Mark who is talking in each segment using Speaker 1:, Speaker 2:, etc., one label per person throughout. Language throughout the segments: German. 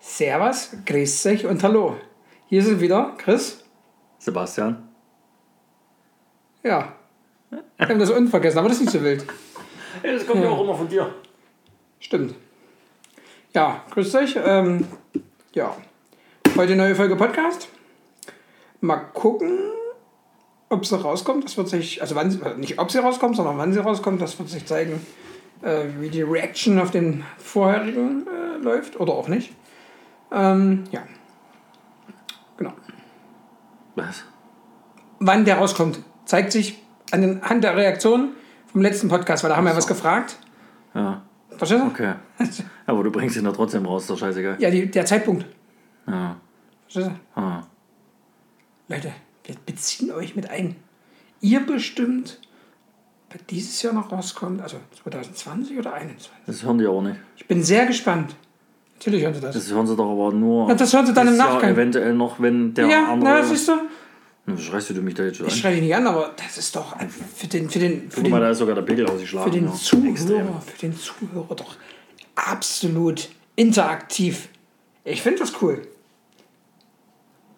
Speaker 1: Servus, grüß euch und hallo. Hier sind wieder Chris.
Speaker 2: Sebastian.
Speaker 1: Ja. Wir haben das unten vergessen, aber das ist nicht so wild.
Speaker 2: Das kommt ja auch immer von dir.
Speaker 1: Stimmt. Ja, grüß euch. Ähm, ja. Heute neue Folge Podcast. Mal gucken, ob sie rauskommt. Das wird sich, also wann, sie- nicht ob sie rauskommt, sondern wann sie rauskommt, das wird sich zeigen, äh, wie die Reaction auf den vorherigen äh, läuft oder auch nicht. Ähm, ja. Genau.
Speaker 2: Was?
Speaker 1: wann der rauskommt, zeigt sich an den, anhand der Reaktion vom letzten Podcast, weil da haben wir ja was gefragt.
Speaker 2: Ja,
Speaker 1: Verstehst du?
Speaker 2: okay. Aber du bringst ihn ja trotzdem raus, doch scheißegal.
Speaker 1: Ja, die, der Zeitpunkt.
Speaker 2: Ja.
Speaker 1: Verstehst du?
Speaker 2: Ja.
Speaker 1: Leute, wir beziehen euch mit ein. Ihr bestimmt, ob dieses Jahr noch rauskommt, also 2020 oder 2021.
Speaker 2: Das hören die auch nicht.
Speaker 1: Ich bin sehr gespannt. Natürlich hören sie das.
Speaker 2: Das hören sie doch aber nur.
Speaker 1: Na, das hören sie dann im
Speaker 2: dieses Jahr
Speaker 1: Nachgang.
Speaker 2: Eventuell noch, wenn der
Speaker 1: ja,
Speaker 2: andere.
Speaker 1: na, siehst du?
Speaker 2: Nun, schreist du mich da jetzt schon
Speaker 1: Ich
Speaker 2: an?
Speaker 1: schreibe dich nicht an, aber das ist doch ein- für den, für den, für
Speaker 2: Guck mal,
Speaker 1: den,
Speaker 2: da ist sogar der Pegel
Speaker 1: für
Speaker 2: ausgeschlagen.
Speaker 1: den
Speaker 2: ja.
Speaker 1: Zuhörer, für den Zuhörer doch absolut interaktiv. Ich finde das cool.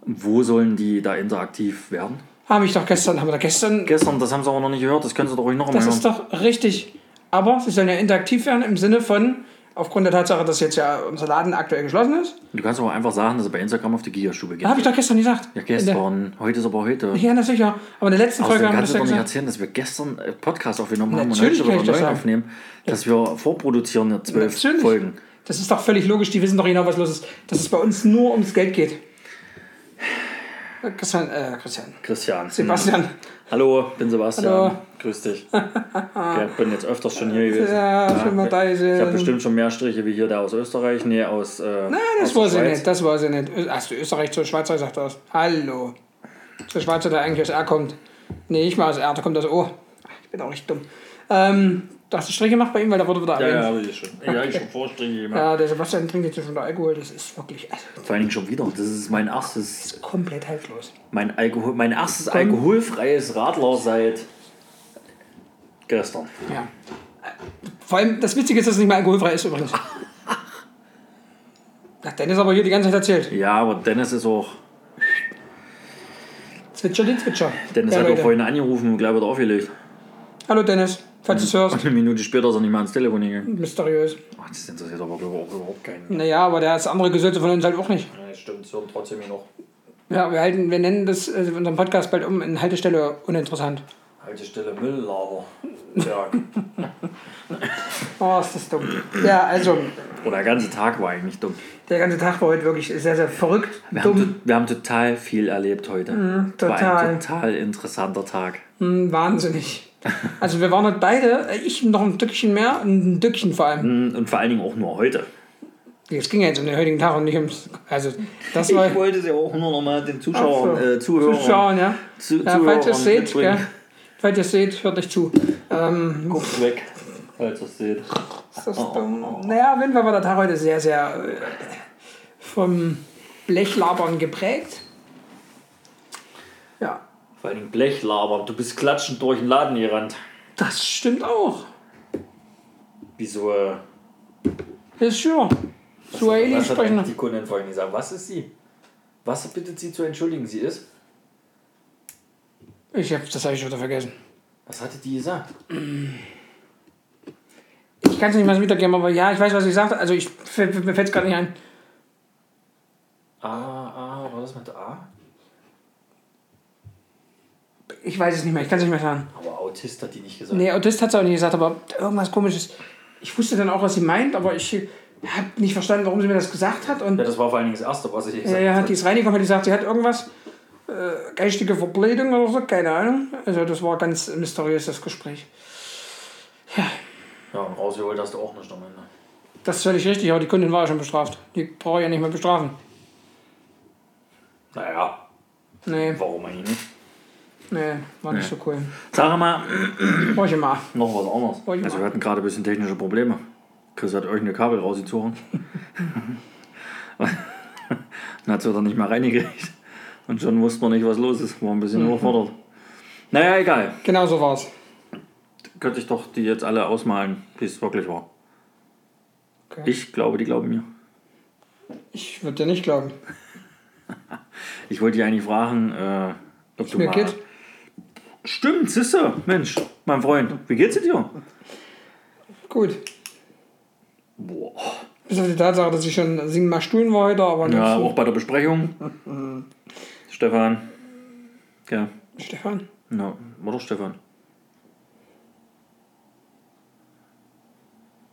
Speaker 2: Wo sollen die da interaktiv werden?
Speaker 1: Habe ich doch gestern, haben wir doch gestern.
Speaker 2: Gestern, das haben sie aber noch nicht gehört, das können sie doch ruhig noch einmal
Speaker 1: Das
Speaker 2: hören.
Speaker 1: ist doch richtig. Aber sie sollen ja interaktiv werden im Sinne von, aufgrund der Tatsache, dass jetzt ja unser Laden aktuell geschlossen ist.
Speaker 2: Du kannst aber einfach sagen, dass er bei Instagram auf die Gigastube geht.
Speaker 1: Habe ich doch gestern gesagt.
Speaker 2: Ja, gestern. Heute ist aber heute.
Speaker 1: Ja, na sicher. Aber in der letzten Folge
Speaker 2: Außerdem
Speaker 1: haben wir
Speaker 2: kannst
Speaker 1: das
Speaker 2: du
Speaker 1: ja
Speaker 2: doch nicht
Speaker 1: gesagt.
Speaker 2: erzählen, dass wir gestern äh, Podcast aufgenommen haben
Speaker 1: Natürlich
Speaker 2: und heute
Speaker 1: kann ich
Speaker 2: schon
Speaker 1: das
Speaker 2: wieder neu
Speaker 1: sagen.
Speaker 2: aufnehmen, dass wir vorproduzieren ja zwölf
Speaker 1: Natürlich.
Speaker 2: Folgen.
Speaker 1: Das ist doch völlig logisch. Die wissen doch genau, was los ist. Dass es bei uns nur ums Geld geht. Äh, Christian, äh,
Speaker 2: Hm.
Speaker 1: Christian.
Speaker 2: Christian.
Speaker 1: Sebastian.
Speaker 2: Hallo, bin Sebastian.
Speaker 1: Hallo.
Speaker 2: Grüß dich. ja, bin jetzt öfters schon hier gewesen.
Speaker 1: Ja, schon mal da
Speaker 2: ich habe
Speaker 1: gesehen.
Speaker 2: bestimmt schon mehr Striche wie hier der aus Österreich. Nee, aus. Äh, Nein,
Speaker 1: Das war sie nicht, das war sie nicht. Ö- Hast du Österreich zur Schweizer sagt aus? Hallo. Zur Schweizer, der eigentlich aus R kommt. Nee, ich mal aus R, da kommt aus O. Ich bin auch nicht dumm. Ähm, du hast du Striche gemacht bei ihm, weil da wurde wieder
Speaker 2: Ja, ja,
Speaker 1: erwähnt.
Speaker 2: habe ich schon. Ja, ich schon Vorstriche
Speaker 1: Ja,
Speaker 2: gemacht.
Speaker 1: der Sebastian trinkt jetzt schon wieder Alkohol, das ist wirklich also,
Speaker 2: Vor allen Dingen schon wieder. Das ist mein erstes,
Speaker 1: das ist komplett haltlos.
Speaker 2: mein Alkohol, mein erstes alkoholfreies Radler seit gestern.
Speaker 1: Ja. Äh, Vor allem, das Witzige ist, dass es nicht mehr alkoholfrei ist übrigens. Ach, Dennis aber hier die ganze Zeit erzählt.
Speaker 2: Ja, aber Dennis ist auch.
Speaker 1: Zwitscher, die Zwitscher.
Speaker 2: Dennis
Speaker 1: Ja,
Speaker 2: hat
Speaker 1: Leute.
Speaker 2: auch vorhin angerufen und gleich wird aufgelegt.
Speaker 1: Hallo Dennis, falls du es hörst.
Speaker 2: Eine Minute später ist er nicht mehr ans Telefon gegangen.
Speaker 1: Mysteriös.
Speaker 2: Ach, das interessiert aber glaube ich, auch überhaupt keinen.
Speaker 1: Naja, aber der das andere Gesöte von uns halt auch nicht.
Speaker 2: Ja, stimmt, es hören trotzdem hier noch
Speaker 1: Ja, wir, halten, wir nennen das äh, unseren Podcast bald um in Haltestelle uninteressant.
Speaker 2: Haltestelle Mülllaber. Ja.
Speaker 1: Oh, ist das dumm. Ja, also,
Speaker 2: Oder der ganze Tag war eigentlich dumm.
Speaker 1: der ganze Tag war heute wirklich sehr, sehr verrückt,
Speaker 2: Wir,
Speaker 1: dumm, Mhm,
Speaker 2: Haben, to- wir haben total viel erlebt heute. Es War
Speaker 1: total.
Speaker 2: ein total interessanter Tag.
Speaker 1: hm, wahnsinnig. Also, wir waren heute beide, äh, ich noch ein Stückchen mehr, ein Stückchen vor allem.
Speaker 2: Mhm, Und vor allen Dingen auch nur heute.
Speaker 1: Es ging ja jetzt um den heutigen Tag und nicht ums. Also, das war.
Speaker 2: wollte es ja auch nur nochmal den
Speaker 1: Ach so.
Speaker 2: äh,
Speaker 1: Zuschauen, ja.
Speaker 2: Zu-
Speaker 1: ja falls ihr es
Speaker 2: Zuhörern
Speaker 1: seht,
Speaker 2: mitbringen.
Speaker 1: gell, falls ihr es seht, hört nicht zu. Ähm,
Speaker 2: Guckt weg, falls ihr es seht.
Speaker 1: ist
Speaker 2: Oh,
Speaker 1: das dumm. Naja, auf jeden Fall war der Tag heute sehr, sehr äh, vom Blechlabern geprägt. Ja,
Speaker 2: Vor allen Dingen Blechlaber. Du bist klatschend durch den Laden gerannt.
Speaker 1: Das stimmt auch.
Speaker 2: Wie so... Äh,
Speaker 1: Ist sure. Suaheli
Speaker 2: Also, Was hat
Speaker 1: sprechen.
Speaker 2: eigentlich die Kundin vorhin gesagt? Was ist sie? Was bittet sie zu entschuldigen? Sie ist?
Speaker 1: Ich hab, das habe ich wieder vergessen.
Speaker 2: Was hatte die gesagt?
Speaker 1: Ich kann es nicht mal wiedergeben, aber ja, ich weiß, was ich sagte. Also ich, f- f- mir fällt es gerade nicht ein.
Speaker 2: A, A, Ah, war das mit A?
Speaker 1: Ich weiß es nicht mehr, ich kann es nicht mehr sagen.
Speaker 2: Aber Autist hat die nicht gesagt.
Speaker 1: Nee, Autist hat es auch nicht gesagt, aber irgendwas komisches. Ich wusste dann auch, was sie meint, aber ich habe nicht verstanden, warum sie mir das gesagt hat. Und
Speaker 2: Ja, das war vor allen Dingen das Erste, was ich ihr
Speaker 1: ja,
Speaker 2: gesagt
Speaker 1: ja,
Speaker 2: habe.
Speaker 1: die ist reingekommen und die sagt, sie hat irgendwas. Äh, geistige Verblähung oder so, keine Ahnung. Also das war ganz mysteriös, das Gespräch.
Speaker 2: Ja, und rausgeholt hast du auch nicht am Ende.
Speaker 1: Das ist völlig richtig, aber die Kundin war ja schon bestraft. Die brauche ich ja nicht mehr bestrafen.
Speaker 2: Naja,
Speaker 1: Nee,
Speaker 2: warum eigentlich nicht?
Speaker 1: nee, war nicht so cool.
Speaker 2: Sag mal,
Speaker 1: Brauche ich mal.
Speaker 2: noch was anderes.
Speaker 1: Wollte ich
Speaker 2: Also
Speaker 1: mal.
Speaker 2: wir hatten gerade ein bisschen technische Probleme. Chris hat irgendeine Kabel rausgezogen. Dann hat sie wieder nicht mal reingekriegt. Und schon wusste man nicht, was los ist. War ein bisschen
Speaker 1: Mhm.
Speaker 2: überfordert. Naja, egal.
Speaker 1: Genau so war's.
Speaker 2: könnte ich doch die jetzt alle ausmalen, wie es wirklich war.
Speaker 1: Okay.
Speaker 2: Ich glaube, die glauben mir.
Speaker 1: Ich würde dir nicht glauben.
Speaker 2: Ich wollte dich eigentlich fragen, äh, ob du
Speaker 1: mir
Speaker 2: mal...
Speaker 1: geht.
Speaker 2: Stimmt, Sisse, Mensch, mein Freund, wie geht's dir?
Speaker 1: Gut.
Speaker 2: Boah.
Speaker 1: Bis auf die Tatsache, dass ich schon sieben Mal Stuhlen war heute, aber
Speaker 2: Ja, oh.
Speaker 1: ansonsten-
Speaker 2: auch bei der Besprechung. Stefan. Ja,
Speaker 1: Stefan.
Speaker 2: no, war doch Stefan.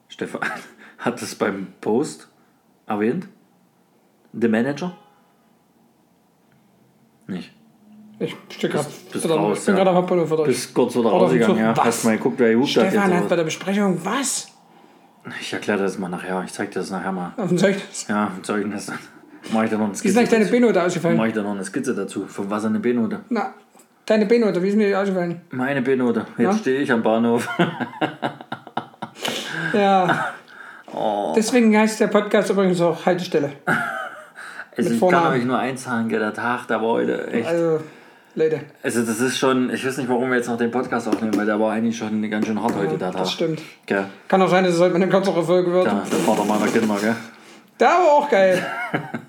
Speaker 2: Stefan hat es beim Post erwähnt? Der Manager? Nicht.
Speaker 1: Ich stehe gerade
Speaker 2: Bist- bist raus,
Speaker 1: ich bin
Speaker 2: ja.
Speaker 1: gerade am Hauptbahnhof wieder.
Speaker 2: Bis kurz oder
Speaker 1: Oder
Speaker 2: rausgegangen,
Speaker 1: so,
Speaker 2: ja.
Speaker 1: was?
Speaker 2: Hast mal geguckt, wer gehupt hat
Speaker 1: Stefan hat
Speaker 2: jetzt.
Speaker 1: bei
Speaker 2: oder
Speaker 1: der Besprechung was?
Speaker 2: was. Ich erkläre das mal nachher. Ich zeig dir das nachher mal.
Speaker 1: Auf dem Zeugnis.
Speaker 2: Ja, Zeugnis. Mach ich dir noch eine
Speaker 1: Wie ist
Speaker 2: Skizze.
Speaker 1: eigentlich deine
Speaker 2: dazu.
Speaker 1: B-Note ausgefallen?
Speaker 2: Mach ich dir noch eine Skizze dazu. Von was eine B-Note?
Speaker 1: Na, deine B-Note, wie ist mir die ausgefallen?
Speaker 2: Meine Benote. Jetzt
Speaker 1: Ja?
Speaker 2: stehe ich am Bahnhof.
Speaker 1: Ja. Deswegen heißt der Podcast übrigens auch Haltestelle.
Speaker 2: Also ich kann
Speaker 1: Vornamen.
Speaker 2: euch nur eins sagen, gell, der Tag, der war heute echt.
Speaker 1: Also, Leute,
Speaker 2: Also das ist schon, ich weiß nicht, warum wir jetzt noch den Podcast aufnehmen, weil der war eigentlich schon ganz schön hart heute, der Tag.
Speaker 1: das stimmt.
Speaker 2: Gell,
Speaker 1: Kann auch sein, dass es heute eine kürzere Folge wird.
Speaker 2: der, der Vater meiner Kinder, gell.
Speaker 1: Der war auch geil.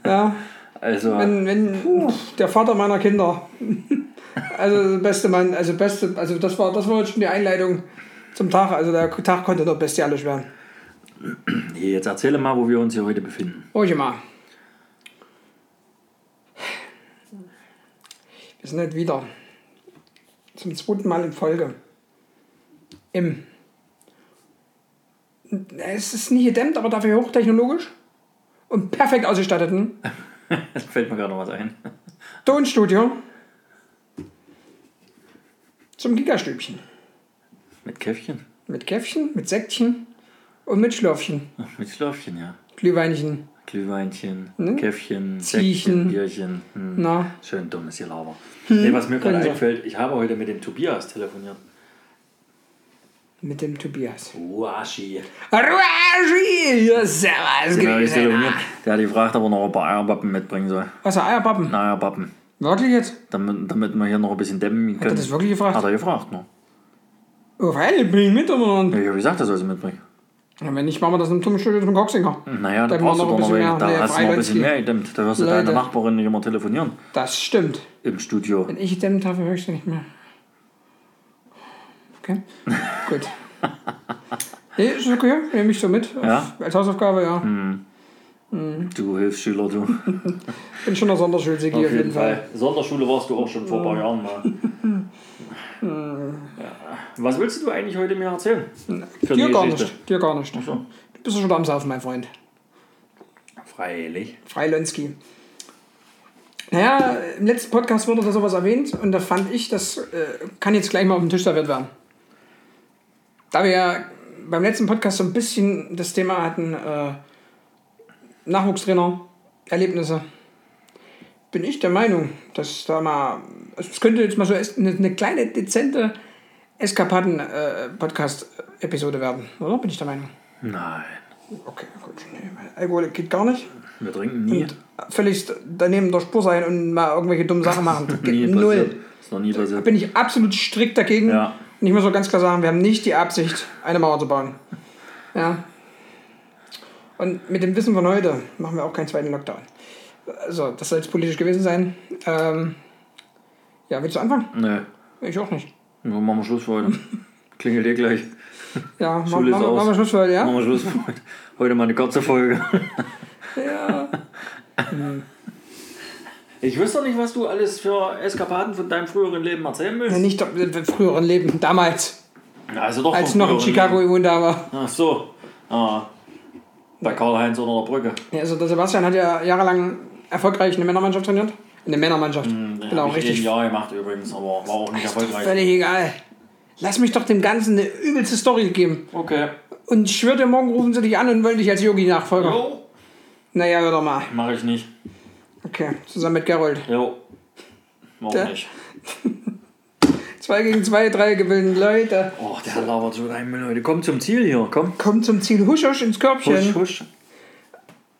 Speaker 1: ja,
Speaker 2: Also,
Speaker 1: wenn, wenn der Vater meiner Kinder. also, der beste Mann, also, beste, also das war, das war jetzt schon die Einleitung zum Tag. Also, der Tag konnte noch bestialisch werden.
Speaker 2: nee, jetzt erzähle mal, wo wir uns hier heute befinden.
Speaker 1: Ruhig mal. Wir sind heute wieder zum zweiten Mal in Folge. Im. Es ist nie gedämmt, aber dafür hochtechnologisch und perfekt ausgestatteten
Speaker 2: Jetzt fällt mir gerade noch was ein.
Speaker 1: Tonstudio zum Gigastübchen.
Speaker 2: Mit Käffchen?
Speaker 1: Mit Käffchen, mit Säckchen und mit Schlürfchen,
Speaker 2: Mit Schlafchen, ja.
Speaker 1: Glühweinchen.
Speaker 2: Glühweinchen,
Speaker 1: Ne?
Speaker 2: Käffchen,
Speaker 1: Ziechen.
Speaker 2: Säckchen, Bierchen. Hm.
Speaker 1: Na,
Speaker 2: Schön dummes Gelaber.
Speaker 1: Hm.
Speaker 2: Nee, was mir gerade
Speaker 1: können Sie.
Speaker 2: einfällt, ich habe heute mit dem Tobias telefoniert.
Speaker 1: mit dem Tobias.
Speaker 2: Washi.
Speaker 1: Ruagi, ja, servus,
Speaker 2: Genau, ich telefoniert.
Speaker 1: grüß
Speaker 2: Der hat gefragt, ob er noch ein paar Eierpappen mitbringen soll.
Speaker 1: Was, Also, Eierpappen?
Speaker 2: Naja, Pappen.
Speaker 1: Wirklich jetzt?
Speaker 2: Damit, damit wir hier noch ein bisschen dämmen
Speaker 1: Hat
Speaker 2: können.
Speaker 1: er das wirklich gefragt?
Speaker 2: Hat er gefragt, ne?
Speaker 1: Auf Eile bring ich mit, Mann.
Speaker 2: Ja, ich hab gesagt, er soll sie mitbringen.
Speaker 1: Und wenn nicht, machen wir das im Tonstudio zum Coxinger.
Speaker 2: Naja, da
Speaker 1: Dann machen
Speaker 2: brauchst
Speaker 1: wir
Speaker 2: du
Speaker 1: noch
Speaker 2: doch
Speaker 1: ein
Speaker 2: noch
Speaker 1: bisschen
Speaker 2: welche.
Speaker 1: mehr. Nee, Freiwillig.
Speaker 2: Da hast du noch ein bisschen mehr gedämmt. Da hörst du
Speaker 1: Leute.
Speaker 2: deine Nachbarin nicht immer telefonieren
Speaker 1: Das stimmt.
Speaker 2: im Studio.
Speaker 1: Wenn ich dämmt habe, höre ich sie nicht mehr. Okay? Gut. Nee, ist okay. Nehme ich so mit.
Speaker 2: Ja? Hm.
Speaker 1: Als Hausaufgabe, ja.
Speaker 2: Du Hilfsschüler, du.
Speaker 1: Bin schon der Sonderschulsigi auf, jeden Fall.
Speaker 2: Sonderschule warst du auch schon vor ein paar Jahren mal. Ja. Was willst du eigentlich heute mir erzählen? Für
Speaker 1: Dir
Speaker 2: die
Speaker 1: gar
Speaker 2: Geschichte.
Speaker 1: nicht. Dir gar nicht. Du bist ja schon am Saufen, mein Freund.
Speaker 2: Freilich.
Speaker 1: Freilonski. Naja, im letzten Podcast wurde da sowas erwähnt und da fand ich, das äh, kann jetzt gleich mal auf den Tisch serviert werden. Da wir ja beim letzten Podcast so ein bisschen das Thema hatten, äh, Nachwuchstrainer, Erlebnisse, bin ich der Meinung, dass da mal, also es könnte jetzt mal so erst eine, eine kleine, dezente Eskapaden-Podcast-Episode werden, oder? Bin ich der Meinung?
Speaker 2: Nein.
Speaker 1: Okay, gut. Nee, Alkohol geht gar nicht
Speaker 2: Wir trinken nie.
Speaker 1: völlig daneben der Spur sein und mal irgendwelche dummen Sachen machen.
Speaker 2: nie
Speaker 1: Null.
Speaker 2: passiert. Ist noch nie passiert.
Speaker 1: Bin ich absolut strikt dagegen.
Speaker 2: Ja.
Speaker 1: Und ich muss auch ganz klar sagen, wir haben nicht die Absicht, eine Mauer zu bauen. Ja. Und mit dem Wissen von heute machen wir auch keinen zweiten Lockdown. Also, das soll jetzt politisch gewesen sein. Ähm, ja, willst du anfangen?
Speaker 2: Nee.
Speaker 1: Ich auch nicht.
Speaker 2: Nur machen wir Schluss für heute. Klingelt eh gleich.
Speaker 1: Ja, ma-
Speaker 2: Schule ist
Speaker 1: machen wir-
Speaker 2: aus.
Speaker 1: machen wir Schluss für heute, ja?
Speaker 2: Machen wir Schluss für heute. Heute mal eine kurze Folge.
Speaker 1: Ja.
Speaker 2: Ich wüsste doch nicht, was du alles für Eskapaden von deinem früheren Leben erzählen
Speaker 1: Ja,
Speaker 2: willst.
Speaker 1: Nicht doch im früheren Leben, damals,
Speaker 2: Also doch
Speaker 1: als ich
Speaker 2: vom
Speaker 1: noch in
Speaker 2: früheren
Speaker 1: Chicago gewohnt habe.
Speaker 2: Leben. Ach so. Ah. Bei Karl-Heinz unter der Brücke.
Speaker 1: Ja, also der Sebastian hat ja jahrelang erfolgreich eine Männermannschaft trainiert. Eine Männermannschaft. genau,
Speaker 2: Hab ich
Speaker 1: richtig.
Speaker 2: Ein Jahr gemacht übrigens, aber war auch nicht Mhm, erfolgreich.
Speaker 1: Völlig egal. Lass mich doch dem Ganzen eine übelste Story geben.
Speaker 2: Okay.
Speaker 1: Und ich schwöre dir, morgen rufen sie dich an und wollen dich als Yogi-Nachfolger.
Speaker 2: Jo.
Speaker 1: Naja, hör doch mal.
Speaker 2: Mach ich nicht.
Speaker 1: Okay, zusammen mit Gerold.
Speaker 2: Jo. Auch
Speaker 1: Der-
Speaker 2: nicht.
Speaker 1: Zwei gegen zwei, drei gewinnen Leute.
Speaker 2: Oh, der labert so rein, Leute. Komm zum Ziel hier. Komm.
Speaker 1: Komm zum Ziel, husch husch ins Körbchen.
Speaker 2: Husch, husch.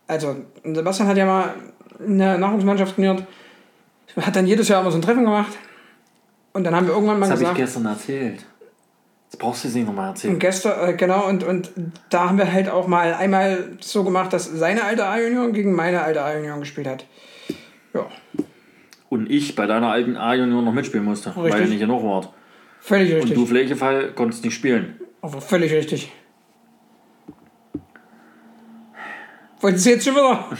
Speaker 1: Also, Sebastian hat ja mal eine Nachwuchsmannschaft trainiert. Hat dann jedes Jahr immer so ein Treffen gemacht. Und dann haben wir irgendwann mal
Speaker 2: Das habe ich
Speaker 1: gesagt,
Speaker 2: gestern erzählt. Das Das brauchst du jetzt nicht nochmal
Speaker 1: Und
Speaker 2: erzählen.
Speaker 1: gestern, äh, genau, und, und da haben wir halt auch mal einmal so gemacht, dass seine alte A-Union gegen meine alte A-Union gespielt hat. Ja,
Speaker 2: Und ich bei deiner alten A-Union noch mitspielen musste, weil ihr
Speaker 1: Richtig.
Speaker 2: nicht genug wart.
Speaker 1: völlig
Speaker 2: Und du
Speaker 1: richtig.
Speaker 2: Pflegefall konntest nicht spielen.
Speaker 1: Aber völlig richtig. Wolltest du jetzt schon wieder das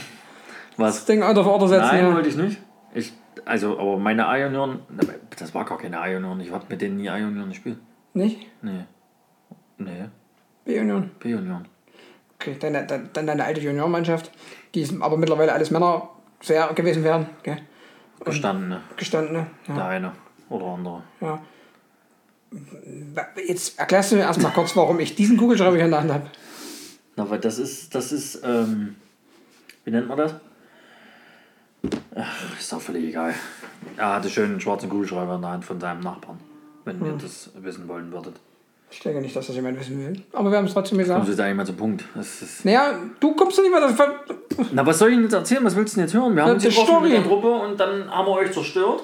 Speaker 2: Was?
Speaker 1: Ding out of order setzen?
Speaker 2: Nein,
Speaker 1: ja.
Speaker 2: wollte ich nicht. Ich, also, aber meine A-Union, das war gar keine A-Union. Ich habe mit denen nie A-Union gespielt.
Speaker 1: Nicht?
Speaker 2: Nee. Nee,
Speaker 1: B-Union.
Speaker 2: B-Union.
Speaker 1: Okay, dann deine, deine, deine alte Juniormannschaft, die ist aber mittlerweile alles Männer sehr gewesen wären, gell?
Speaker 2: Gestandene,
Speaker 1: Gestandene. Ja.
Speaker 2: der eine oder andere.
Speaker 1: Ja. Jetzt erklärst du mir erstmal kurz, warum ich diesen Kugelschreiber hier in der Hand habe.
Speaker 2: Na, weil das ist, das ist, ähm, wie nennt man das? Ach, ist doch völlig egal. Er hatte schön einen schwarzen Kugelschreiber in der Hand von seinem Nachbarn, wenn
Speaker 1: Hm.
Speaker 2: ihr das wissen wollen würdet.
Speaker 1: Ich denke nicht, dass das jemand wissen will. Aber wir haben es trotzdem
Speaker 2: Kommen
Speaker 1: gesagt.
Speaker 2: Sie da jemand zum Punkt? Das ist
Speaker 1: Naja, du kommst doch nicht mehr. Das ver-
Speaker 2: Na, was soll ich Ihnen jetzt erzählen? Was willst du denn jetzt hören? Wir haben
Speaker 1: Na,
Speaker 2: uns
Speaker 1: die
Speaker 2: getroffen mit
Speaker 1: Story.
Speaker 2: der Truppe und dann haben wir euch zerstört.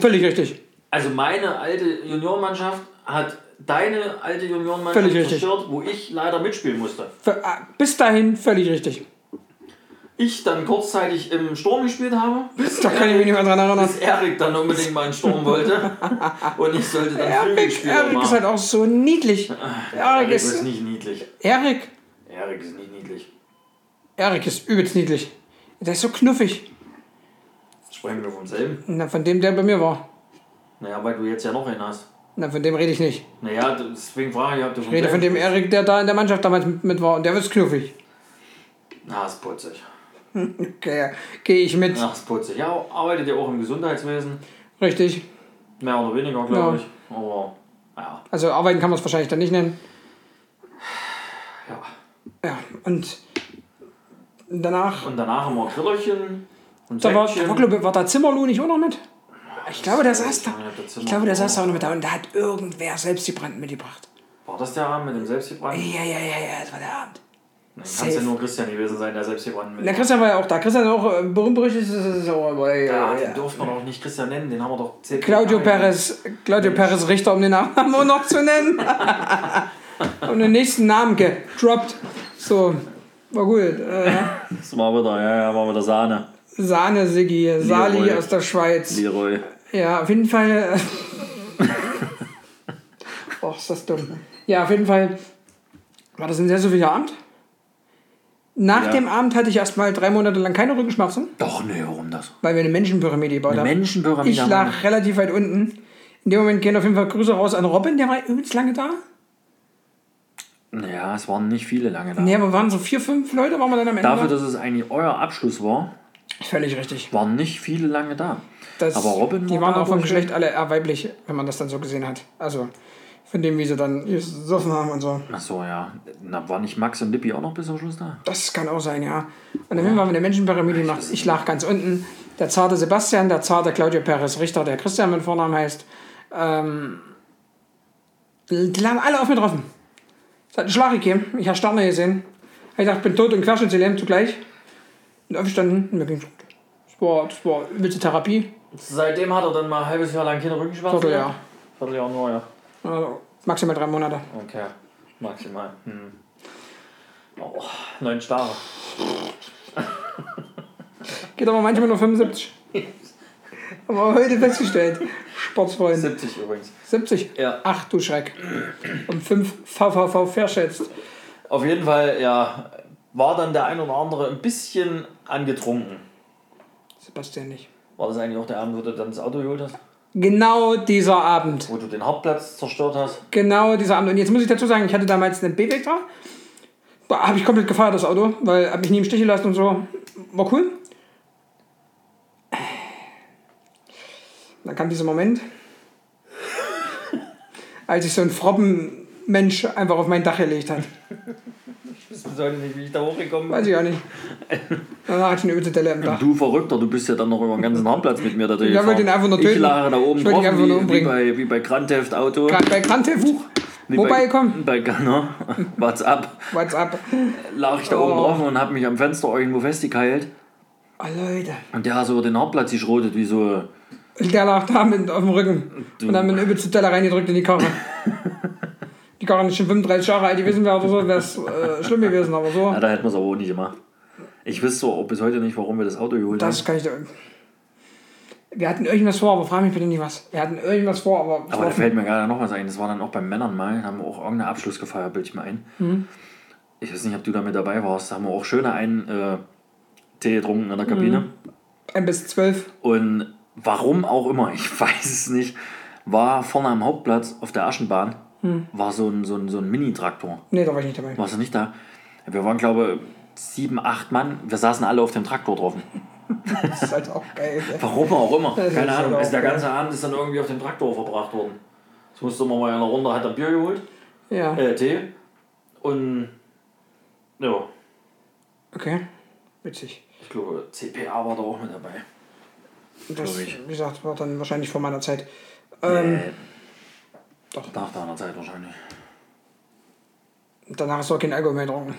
Speaker 1: Völlig richtig.
Speaker 2: Also meine alte Juniorenmannschaft hat deine alte Juniorenmannschaft
Speaker 1: Völlig richtig.
Speaker 2: zerstört, wo ich leider mitspielen musste.
Speaker 1: Ver- ah, bis dahin völlig richtig.
Speaker 2: Ich dann kurzzeitig im Sturm gespielt habe, bis,
Speaker 1: Da kann ich mich nicht mehr dran erinnern.
Speaker 2: bis Erik dann unbedingt mal in den Sturm wollte. und ich sollte dann
Speaker 1: Erik,
Speaker 2: Flügelspieler
Speaker 1: Erik ist
Speaker 2: machen.
Speaker 1: halt auch so niedlich. Erik
Speaker 2: Erik ist
Speaker 1: ist.
Speaker 2: nicht niedlich.
Speaker 1: Erik.
Speaker 2: Erik ist nicht niedlich.
Speaker 1: Erik ist übelst niedlich. Der ist so knuffig.
Speaker 2: Sprechen wir vom selben.
Speaker 1: Na, von dem, der bei mir war.
Speaker 2: Naja, weil du jetzt ja noch einen hast.
Speaker 1: Na, von dem rede ich nicht.
Speaker 2: Naja, deswegen frage ich, ob du vom
Speaker 1: Ich rede von dem
Speaker 2: bist.
Speaker 1: Erik, der da in der Mannschaft damals mit mit war. Und der ist knuffig.
Speaker 2: Na, ist putzig.
Speaker 1: Okay, gehe ich mit.
Speaker 2: Ach, ist putzig. Ja, arbeitet ja auch im Gesundheitswesen.
Speaker 1: Richtig.
Speaker 2: Mehr oder weniger, glaube
Speaker 1: Ja.
Speaker 2: ich. Aber, ja.
Speaker 1: Also arbeiten kann man es wahrscheinlich dann nicht nennen.
Speaker 2: ja.
Speaker 1: Ja, und danach.
Speaker 2: Und danach haben wir Grillerchen und
Speaker 1: Da war, da
Speaker 2: Säckchen.
Speaker 1: war, glaub ich, war da Zimmerlu nicht auch noch mit? Ich glaube, der saß da. Ich glaube, der saß da auch noch mit da. Und da hat irgendwer selbst die Branden mitgebracht.
Speaker 2: War das der Abend mit dem Selbstgebrannten?
Speaker 1: Ja, ja, ja, ja, das war der Abend.
Speaker 2: Dann kann es
Speaker 1: safe.
Speaker 2: ja nur Christian gewesen sein, der Selbstgebrannten mit.
Speaker 1: Na, Christian war ja auch da. Christian ist auch äh, berühmt berichtet. Das ist auch, aber,
Speaker 2: ja,
Speaker 1: ja,
Speaker 2: den
Speaker 1: ja.
Speaker 2: durfte man auch nicht Christian nennen, den haben wir doch zählt.
Speaker 1: Claudio Perez, Claudio Perez Richter, um den Namen auch noch zu nennen. Und den nächsten Namen gedroppt. So, war gut. Äh,
Speaker 2: Das war wieder, ja, ja, war wieder Sahne.
Speaker 1: Sahne Siggi, Sali
Speaker 2: Leroy.
Speaker 1: aus der Schweiz.
Speaker 2: Leroy.
Speaker 1: Ja, auf jeden Fall. Och, ist das
Speaker 2: ne?
Speaker 1: dumm. Ja, auf jeden Fall war das ein sehr souveräner Abend. Nach
Speaker 2: Ja.
Speaker 1: dem Abend hatte ich erstmal drei Monate lang keine Rückenschmerzen,
Speaker 2: Doch, nee, warum das?
Speaker 1: weil wir eine Menschenpyramide gebaut haben.
Speaker 2: Menschenpyramide
Speaker 1: Ich
Speaker 2: haben wir
Speaker 1: lag relativ weit unten. In dem Moment gehen auf jeden Fall Grüße raus an Robin, der war übelst lange da.
Speaker 2: Naja, es waren nicht viele lange da.
Speaker 1: Nee, aber waren so vier, fünf Leute, waren wir dann am Ende.
Speaker 2: Dafür,
Speaker 1: da?
Speaker 2: dass es eigentlich euer Abschluss war,
Speaker 1: Völlig richtig.
Speaker 2: waren nicht viele lange da.
Speaker 1: Das,
Speaker 2: Aber Robin
Speaker 1: die
Speaker 2: war
Speaker 1: waren
Speaker 2: da
Speaker 1: auch vom
Speaker 2: wohl
Speaker 1: Geschlecht alle eher weiblich, wenn man das dann so gesehen hat. Also von dem, wie sie dann gesoffen haben und so.
Speaker 2: Achso, ja. Na, war nicht Max und Lippi auch noch bis zum Schluss da?
Speaker 1: Das kann auch sein, ja. Und dann waren wir in der Menschenpyramide gemacht. Ich lag ganz unten. Der zarte Sebastian, der zarte Claudio Perez Richter, der Christian mit Vornamen heißt. Ähm, die lagen alle auf mir drauf. Es hat einen Schlag gegeben. Ich habe Sterne gesehen. Ich dachte, ich bin tot und querschnittsgelähmt zugleich. Und aufgestanden und mir ging's gut. Das war, das war übelste Therapie.
Speaker 2: Seitdem hat er dann mal ein halbes Jahr lang keine Rückenschmerzen.
Speaker 1: Vierteljahr.
Speaker 2: gehabt. Vierteljahr nur, ja.
Speaker 1: Also maximal drei Monate.
Speaker 2: Okay. Maximal. Hm. Oh, neun Starre.
Speaker 1: Geht aber manchmal nur 75. Aber heute festgestellt. Sportsfreunde.
Speaker 2: 70 übrigens.
Speaker 1: 70?
Speaker 2: Ja.
Speaker 1: Ach du Schreck. Um 5 VVV verschätzt.
Speaker 2: Auf jeden Fall, ja, war dann der ein oder andere ein bisschen angetrunken.
Speaker 1: Sebastian nicht.
Speaker 2: War das eigentlich auch der Abend, wo du dann das Auto geholt hast?
Speaker 1: Genau dieser Abend.
Speaker 2: Wo du den Hauptplatz zerstört hast?
Speaker 1: Genau dieser Abend. Und jetzt muss ich dazu sagen, ich hatte damals einen B-Vektor. Habe ich komplett gefeiert, das Auto, weil habe mich nie im Stich gelassen und so. War cool. Dann kam dieser Moment, als ich so einen frommen Mensch einfach auf mein Dach gelegt hat.
Speaker 2: Ich weiß bis heute nicht, wie ich da hochgekommen bin.
Speaker 1: Weiß ich auch nicht. Danach hatte ich eine übelste Delle im Dach.
Speaker 2: Du Verrückter, du bist ja dann noch über den ganzen Hauptplatz mit mir da durchgefahren.
Speaker 1: wollte ihn halt einfach nur
Speaker 2: Ich
Speaker 1: töten.
Speaker 2: lag da oben
Speaker 1: Ich wollte ihn
Speaker 2: drauf,
Speaker 1: einfach nur
Speaker 2: wie, wie,
Speaker 1: umbringen.
Speaker 2: bei, wie bei Grand Theft Auto.
Speaker 1: Gerade bei Grand Theft.
Speaker 2: Wie
Speaker 1: Wobei,
Speaker 2: bei,
Speaker 1: komm,
Speaker 2: Bei Gunner, WhatsApp,
Speaker 1: what's up?
Speaker 2: lag ich da oben drauf und hab mich am Fenster irgendwo festgeheilt.
Speaker 1: Oh, Leute.
Speaker 2: Und der hat so über den Hauptplatz geschrotet, wie so.
Speaker 1: Der lag da mit auf dem Rücken. Und dann mit einem übelsten Teller reingedrückt in die Karre. die gar nicht schon 35 Jahre alt gewesen wäre oder so, wäre es äh, schlimm gewesen, aber so.
Speaker 2: Ja, da hätten wir es aber auch nicht gemacht. Ich wüsste so bis heute nicht, warum wir das Auto geholt haben.
Speaker 1: Das kann ich dir. Wir hatten irgendwas vor, aber frag mich bitte nicht was. Wir hatten irgendwas vor, aber.
Speaker 2: Aber da fällt mir gerade noch was ein. Das war dann auch bei Männern mal. Da haben wir auch irgendeine Abschlussgefeier, bild ich mir ein.
Speaker 1: Mhm.
Speaker 2: Ich weiß nicht, ob du da mit dabei warst. Da haben wir auch schöne einen äh, Tee getrunken in der Kabine.
Speaker 1: Mhm. ein bis zwölf.
Speaker 2: Und warum auch immer, ich weiß es nicht, war vorne am Hauptplatz auf der Aschenbahn
Speaker 1: Mhm.
Speaker 2: war so ein, so ein, so ein Mini-Traktor.
Speaker 1: Nee, da war ich nicht dabei.
Speaker 2: Warst du nicht da? Wir waren, glaube sieben, acht Mann. Wir saßen alle auf dem Traktor drauf.
Speaker 1: Das ist halt auch geil. ey.
Speaker 2: Warum auch immer.
Speaker 1: Das ist
Speaker 2: Keine Ahnung.
Speaker 1: halt auch
Speaker 2: Also der
Speaker 1: geil.
Speaker 2: ganze Abend ist dann irgendwie auf dem Traktor verbracht worden. Das musste man mal in einer Runde, hat er Bier geholt,
Speaker 1: Ja.
Speaker 2: äh, Tee. Und ja,
Speaker 1: Okay. Witzig.
Speaker 2: ich glaube, CPA war da auch mit dabei.
Speaker 1: Das,
Speaker 2: Glaub
Speaker 1: wie
Speaker 2: ich.
Speaker 1: gesagt, war dann wahrscheinlich vor meiner Zeit. Ähm,
Speaker 2: äh,
Speaker 1: doch.
Speaker 2: Nach deiner Zeit wahrscheinlich.
Speaker 1: Danach hast du auch kein Alkohol mehr getrunken.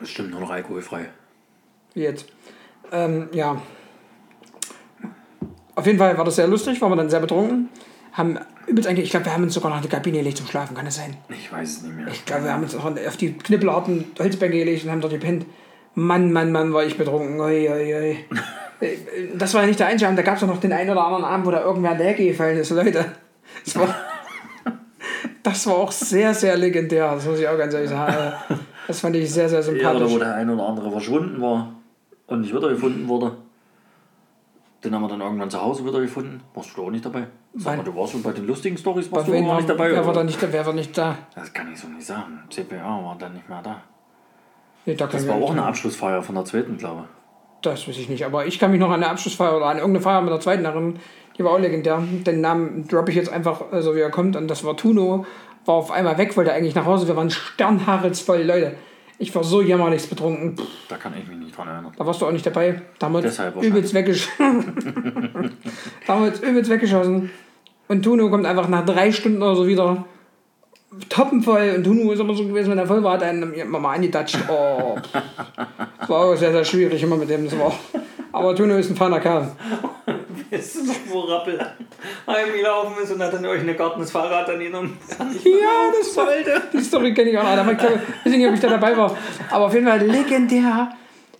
Speaker 2: Bestimmt nur noch alkoholfrei.
Speaker 1: Wie jetzt. Ähm, ja. Auf jeden Fall war das sehr lustig, waren wir dann sehr betrunken. Haben übelst eigentlich, ich glaube, wir haben uns sogar nach der Kabine gelegt zum Schlafen, kann das sein?
Speaker 2: Ich weiß es nicht mehr.
Speaker 1: Ich glaube, wir haben uns auch auf die knippelharten Holzbänke gelegt und haben dort gepennt. Mann, Mann, Mann, war ich betrunken. Ui, ui, ui. Äh, Das war ja nicht der einzige Abend, da gab es noch den einen oder anderen Abend, wo da irgendwer an der Ecke gefallen ist, Leute. Das war, das war auch sehr, sehr legendär, das muss ich auch ganz ehrlich sagen. Also, Das fand ich sehr, sehr
Speaker 2: Ja, oder wo
Speaker 1: sympathisch.
Speaker 2: der ein oder andere verschwunden war und nicht wiedergefunden wurde. Den haben wir dann irgendwann zu Hause wiedergefunden. Warst du da auch nicht dabei? Sag mal,
Speaker 1: Nein.
Speaker 2: du warst schon bei den lustigen Stories, warst
Speaker 1: Auf
Speaker 2: du
Speaker 1: wen
Speaker 2: auch
Speaker 1: war,
Speaker 2: nicht dabei?
Speaker 1: wer, war
Speaker 2: oder?
Speaker 1: da nicht, da- wer war nicht da?
Speaker 2: Das kann ich so nicht sagen. CPA war dann nicht mehr da.
Speaker 1: Nee, da kann
Speaker 2: Das
Speaker 1: ich
Speaker 2: war
Speaker 1: mich-
Speaker 2: auch eine Abschlussfeier von der zweiten, glaube ich.
Speaker 1: Das weiß ich nicht, aber ich kann mich noch an eine Abschlussfeier oder an irgendeine Feier mit der zweiten erinnern. Die war auch legendär. Den Namen droppe ich jetzt einfach äh, so, wie er kommt. Und das war Tuno. War auf einmal weg, wollte eigentlich nach Hause. Wir waren sternhaarelsvoll, Leute. Ich war so jämmerlich betrunken. Pff,
Speaker 2: Da kann ich mich nicht dran erinnern.
Speaker 1: da warst du auch nicht dabei. Da haben wir uns
Speaker 2: Deshalb wahrscheinlich.
Speaker 1: übelst weggeschossen. da haben wir uns übelst weggeschossen. Und Tuno kommt einfach nach drei Stunden oder so wieder toppenvoll. Und Tuno ist immer so gewesen, wenn er voll war, hat er einen immer mal angedatscht. Oh, pff. das war auch sehr, sehr schwierig immer mit dem. Das war auch. Aber Tuno ist ein feiner Kerl.
Speaker 2: Wisst ihr noch, wo Rappel heimgelaufen ist und hat dann euch eine Garten das Fahrrad dann genommen?
Speaker 1: Ja, das war Die Story kenne ich auch noch. Aber ich glaube, ich weiß nicht, ob ich da dabei war. Aber auf jeden Fall legendär.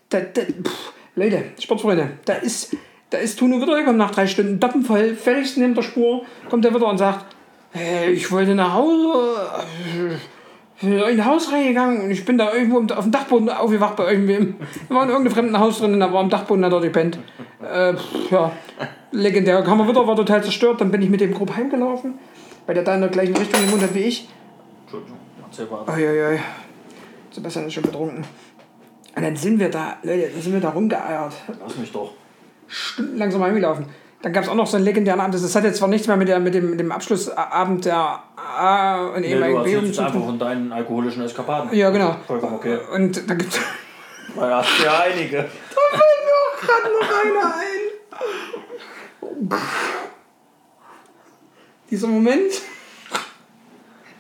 Speaker 1: Da, da, pff, Leute, Sportfreunde, da ist, da ist Tuno wieder gekommen nach drei Stunden. Dappenvoll, völlig neben der Spur. Kommt er wieder und sagt, hey, ich wollte nach Hause. Ich bin in ein Haus reingegangen und ich bin da irgendwo auf dem Dachboden aufgewacht bei irgendwem. Da war in irgendeinem fremden Haus drin und da war am Dachboden hat er gepennt. Äh, pff, ja, legendär. Kam er wieder, war total zerstört. Dann bin ich mit dem Grupp heimgelaufen, weil der da in der gleichen Richtung gewohnt hat wie ich.
Speaker 2: Entschuldigung, erzähl weiter.
Speaker 1: Uiuiui. Sebastian ist schon betrunken. Und dann sind wir da, Leute, dann sind wir da rumgeeiert.
Speaker 2: Lass mich doch.
Speaker 1: Stundenlang sind wir heimgelaufen. Dann gab es auch noch so einen legendären Abend. Das hat jetzt zwar nichts mehr mit, der, mit, dem, mit dem Abschlussabend der A und
Speaker 2: Nee, du
Speaker 1: ehemaligen B
Speaker 2: erzählst
Speaker 1: zu
Speaker 2: einfach
Speaker 1: tun.
Speaker 2: von deinen alkoholischen Eskapaden.
Speaker 1: Ja, genau.
Speaker 2: Vollkommen okay.
Speaker 1: Und da gibt's.
Speaker 2: Naja, hast ja einige.
Speaker 1: Da fällt mir auch gerade noch einer ein. Dieser Moment.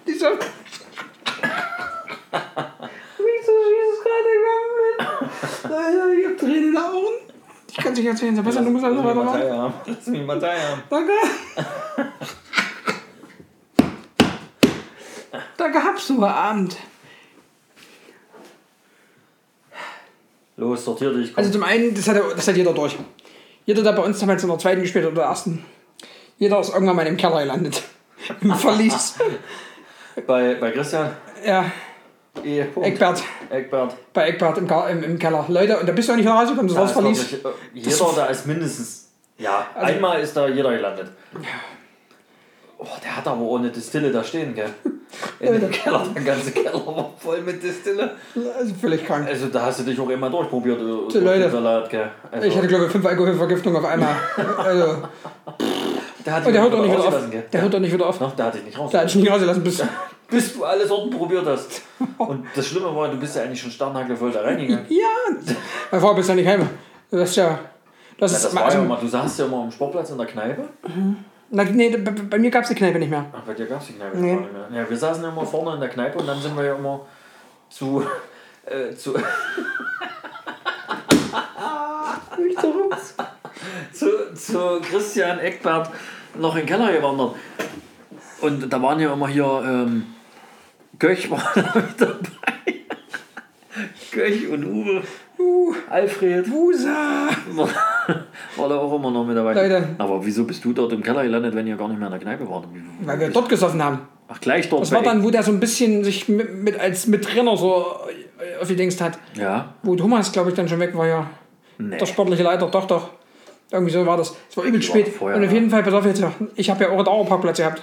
Speaker 1: Dieser. Wieso schießt es gerade in meinem Moment? Alter, Ich hab Tränen in den Augen. Ich kann dich erzählen, Sebastian, Also, du musst alles
Speaker 2: Lass mich mal
Speaker 1: weitermachen.
Speaker 2: teilhaben. Lass mich mal teilhaben.
Speaker 1: Danke. Da gab's so einen Abend.
Speaker 2: Los, sortier dich. Komm.
Speaker 1: Also zum einen, das hat, ja- das hat jeder durch. Jeder, der bei uns damals in der zweiten gespielt hat oder der ersten, jeder ist irgendwann mal im Keller gelandet. Im Verlies.
Speaker 2: bei, bei Christian.
Speaker 1: ja,
Speaker 2: E. Punkt.
Speaker 1: Eckbert.
Speaker 2: Eckbert.
Speaker 1: Bei Eckbert im, Ka- im, im Keller. Leute, und da bist du auch nicht nach Hause gekommen, das war das Also-
Speaker 2: Da ist,
Speaker 1: Verlies.
Speaker 2: glaub ich, äh, jeder, da ist mindestens. Ja, einmal ist da jeder gelandet. Oh, der hat aber ohne Distille da stehen, gell? In dem Keller, der ganze Keller war voll mit Distille.
Speaker 1: Also völlig krank.
Speaker 2: Also da hast du dich auch immer durchprobiert, du durch
Speaker 1: Leute.
Speaker 2: den Salat, gell? Also,
Speaker 1: Ich hatte, glaube ich, fünf Alkoholvergiftungen auf einmal. also,
Speaker 2: der hat
Speaker 1: und
Speaker 2: dich
Speaker 1: der hört doch nicht wieder
Speaker 2: rausgelassen,
Speaker 1: auf.
Speaker 2: gell?
Speaker 1: Der hört doch nicht wieder auf.
Speaker 2: Noch, der hat dich nicht raus.
Speaker 1: Da hat ich nicht rausgelassen bis.
Speaker 2: Bis du alle Sorten probiert hast. Und das Schlimme war, du bist ja eigentlich schon sternhagelvoll da reingegangen.
Speaker 1: Ja! Meine Frau bist ja nicht heim. Das ist ja. Das
Speaker 2: Ja,
Speaker 1: ist. also,
Speaker 2: das war ja immer, du saßt ja immer am Sportplatz in der Kneipe.
Speaker 1: na, nee, bei, bei mir gab's die Kneipe nicht mehr.
Speaker 2: Ach, bei dir gab es die Kneipe
Speaker 1: Nee.
Speaker 2: gar nicht mehr. Ja, wir saßen ja immer vorne in der Kneipe und dann sind wir ja immer zu. Äh, zu,
Speaker 1: Ich so rum.
Speaker 2: zu, zu Christian Eckbert noch in den Keller gewandert. Und da waren ja immer hier, ähm, Göch war da mit dabei. Göch und Uwe.
Speaker 1: Uh,
Speaker 2: Alfred
Speaker 1: Busa!
Speaker 2: war, war da auch immer noch mit dabei.
Speaker 1: Leute.
Speaker 2: Aber wieso bist du dort im Keller gelandet, wenn ihr gar nicht mehr in der Kneipe wart?
Speaker 1: Weil wir dort gesoffen haben.
Speaker 2: Ach, gleich dort.
Speaker 1: Das war
Speaker 2: bei-
Speaker 1: dann, wo der so ein bisschen sich mit, mit als mit Trainer so äh, aufgedingst hat.
Speaker 2: ja.
Speaker 1: Wo Thomas, glaube ich, dann schon weg war, ja.
Speaker 2: Nee.
Speaker 1: Der sportliche Leiter, doch, doch. Irgendwie so war das. Es war übel
Speaker 2: waren
Speaker 1: spät.
Speaker 2: vorher,
Speaker 1: und auf
Speaker 2: ja.
Speaker 1: jeden Fall, pass auf jetzt, noch, ich habe ja auch einen Dauerparkplatz gehabt.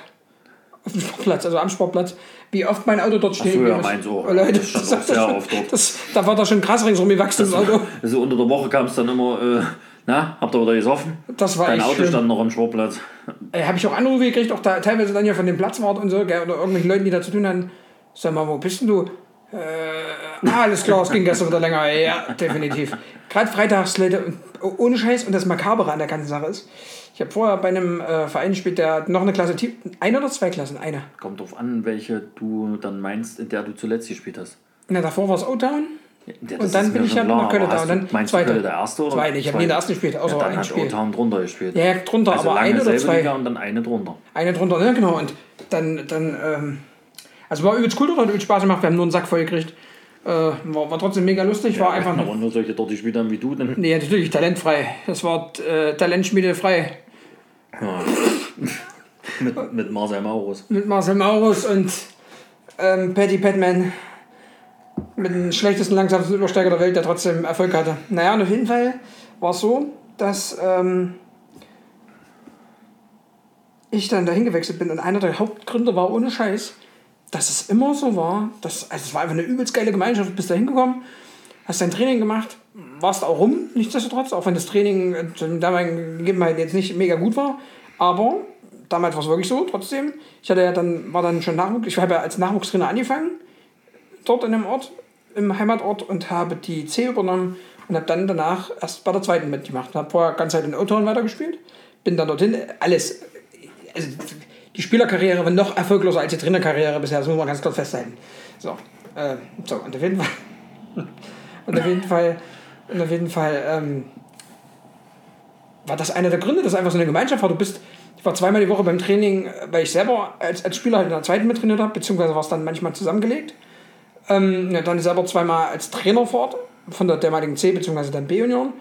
Speaker 1: Auf dem Sportplatz, also am Sportplatz. Wie oft mein Auto dort stehen
Speaker 2: so, ja,
Speaker 1: muss.
Speaker 2: meins auch.
Speaker 1: Oh, Leute,
Speaker 2: Das stand
Speaker 1: das,
Speaker 2: auch
Speaker 1: das,
Speaker 2: sehr oft dort.
Speaker 1: das, da war da schon krass ringsrum gewachsen, das Auto.
Speaker 2: Also unter der Woche kam es dann immer, äh, na, habt ihr wieder gesoffen?
Speaker 1: Das war
Speaker 2: Dein
Speaker 1: echt
Speaker 2: Auto
Speaker 1: schlimm.
Speaker 2: stand noch am Sportplatz.
Speaker 1: Äh, habe ich auch Anrufe gekriegt, auch da, teilweise dann ja von dem Platzwart und so, gell, oder irgendwelchen Leuten, die da zu tun hatten. Sag mal, wo bist denn du? Äh, ah, alles klar, es ging gestern wieder länger. Ja, definitiv. Gerade freitags, Leute, und- oh, ohne Scheiß und das Makabere an der ganzen Sache ist, ich habe vorher bei einem äh, Verein gespielt, der noch eine Klasse tief, eine oder zwei Klassen, eine.
Speaker 2: Kommt drauf an, welche du dann meinst, in der du zuletzt gespielt hast.
Speaker 1: Na, davor war es O-Town.
Speaker 2: Ja, das
Speaker 1: Und
Speaker 2: ist
Speaker 1: dann
Speaker 2: mir
Speaker 1: bin ich
Speaker 2: schon
Speaker 1: dann nach
Speaker 2: klar,
Speaker 1: Köln
Speaker 2: aber
Speaker 1: da
Speaker 2: hast
Speaker 1: und
Speaker 2: du-
Speaker 1: dann
Speaker 2: Meinst
Speaker 1: zweite.
Speaker 2: du Köln der erste oder?
Speaker 1: Zweite, ich hab nie in der ersten gespielt, außer
Speaker 2: ja, dann
Speaker 1: ein
Speaker 2: hat
Speaker 1: Spiel.
Speaker 2: O-Town drunter gespielt.
Speaker 1: Ja, ja, drunter,
Speaker 2: also
Speaker 1: aber
Speaker 2: lange
Speaker 1: ein oder
Speaker 2: selbe
Speaker 1: zwei.
Speaker 2: Liga und dann eine drunter.
Speaker 1: Eine drunter, ne? Genau. Und dann, dann ähm, also war übelst cool dort, hat übelst Spaß gemacht. Wir haben nur einen Sack voll gekriegt. Äh, war, war trotzdem mega lustig, war einfach
Speaker 2: Aber
Speaker 1: nur.
Speaker 2: nur solche dort gespielt haben wie du, dann
Speaker 1: Nee, natürlich, talentfrei. Das war äh, Talentschmiede frei.
Speaker 2: mit, mit Marcel Maurus.
Speaker 1: Mit Marcel Maurus und ähm, Paddy Padman. Mit dem schlechtesten, langsamsten Übersteiger der Welt, der trotzdem Erfolg hatte. Naja, und auf jeden Fall war es so, dass ähm, ich dann dahin gewechselt bin. Und einer der Hauptgründe war ohne Scheiß, dass es immer so war. Dass, also es war einfach eine übelst geile Gemeinschaft. Bist da hingekommen, hast dein Training gemacht, warst auch rum, nichtsdestotrotz, auch wenn das Training äh, zu den damaligen Gegebenheiten jetzt nicht mega gut war. Aber damals war es wirklich so, trotzdem. Ich hatte ja dann, war dann schon Nachwuchs, ich habe ja als Nachwuchstrainer angefangen, dort in dem Ort, im Heimatort und habe die C übernommen und habe dann danach erst bei der zweiten mitgemacht. Habe vorher ganz halt in O-Town weitergespielt, bin dann dorthin, alles, also die Spielerkarriere war noch erfolgloser als die Trainerkarriere bisher, das muss man ganz klar festhalten. So, äh, so und auf jeden Fall und auf jeden Fall, und auf jeden Fall ähm, war das einer der Gründe, dass einfach so eine Gemeinschaft war. Du bist, ich war zweimal die Woche beim Training, äh, weil ich selber als, als Spieler halt in der zweiten mittrainiert habe, beziehungsweise war es dann manchmal zusammengelegt. Ähm, ja, dann selber zweimal als Trainer vor Ort von der damaligen C, beziehungsweise dann B-Union.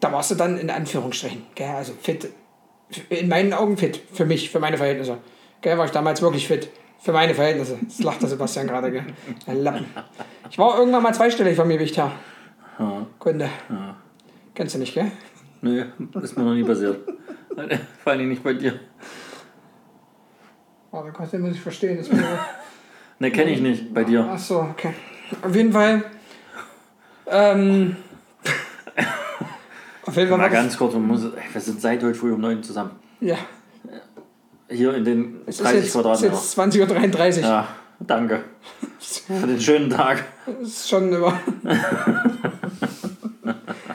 Speaker 1: Da warst du dann in Anführungsstrichen, gell, also fit. In meinen Augen fit, für mich, für meine Verhältnisse. Gell, war ich damals wirklich fit. Für meine Verhältnisse. Das lacht der Sebastian gerade, gell? Der Lappen. Ich war irgendwann mal zweistellig von mir, wie ich da.
Speaker 2: Ja.
Speaker 1: Kunde. Kennst du nicht, gell?
Speaker 2: Nee, ist mir noch nie passiert. Vor allem nicht bei dir.
Speaker 1: Warte, Kostüm muss ich verstehen. Ist mir
Speaker 2: Ne, kenne ich nicht bei dir.
Speaker 1: Ach so, okay. Auf jeden Fall. Ähm, auf jeden Fall
Speaker 2: Mal
Speaker 1: war das,
Speaker 2: ganz kurz, man muss, ey, wir sind seit heute früh um 9 zusammen.
Speaker 1: Ja,
Speaker 2: Hier in den
Speaker 1: es
Speaker 2: 30
Speaker 1: ist jetzt, es ist
Speaker 2: Quadratmeter.
Speaker 1: jetzt 20.33 Uhr.
Speaker 2: Ja, danke. Für den schönen Tag.
Speaker 1: Das ist schon über.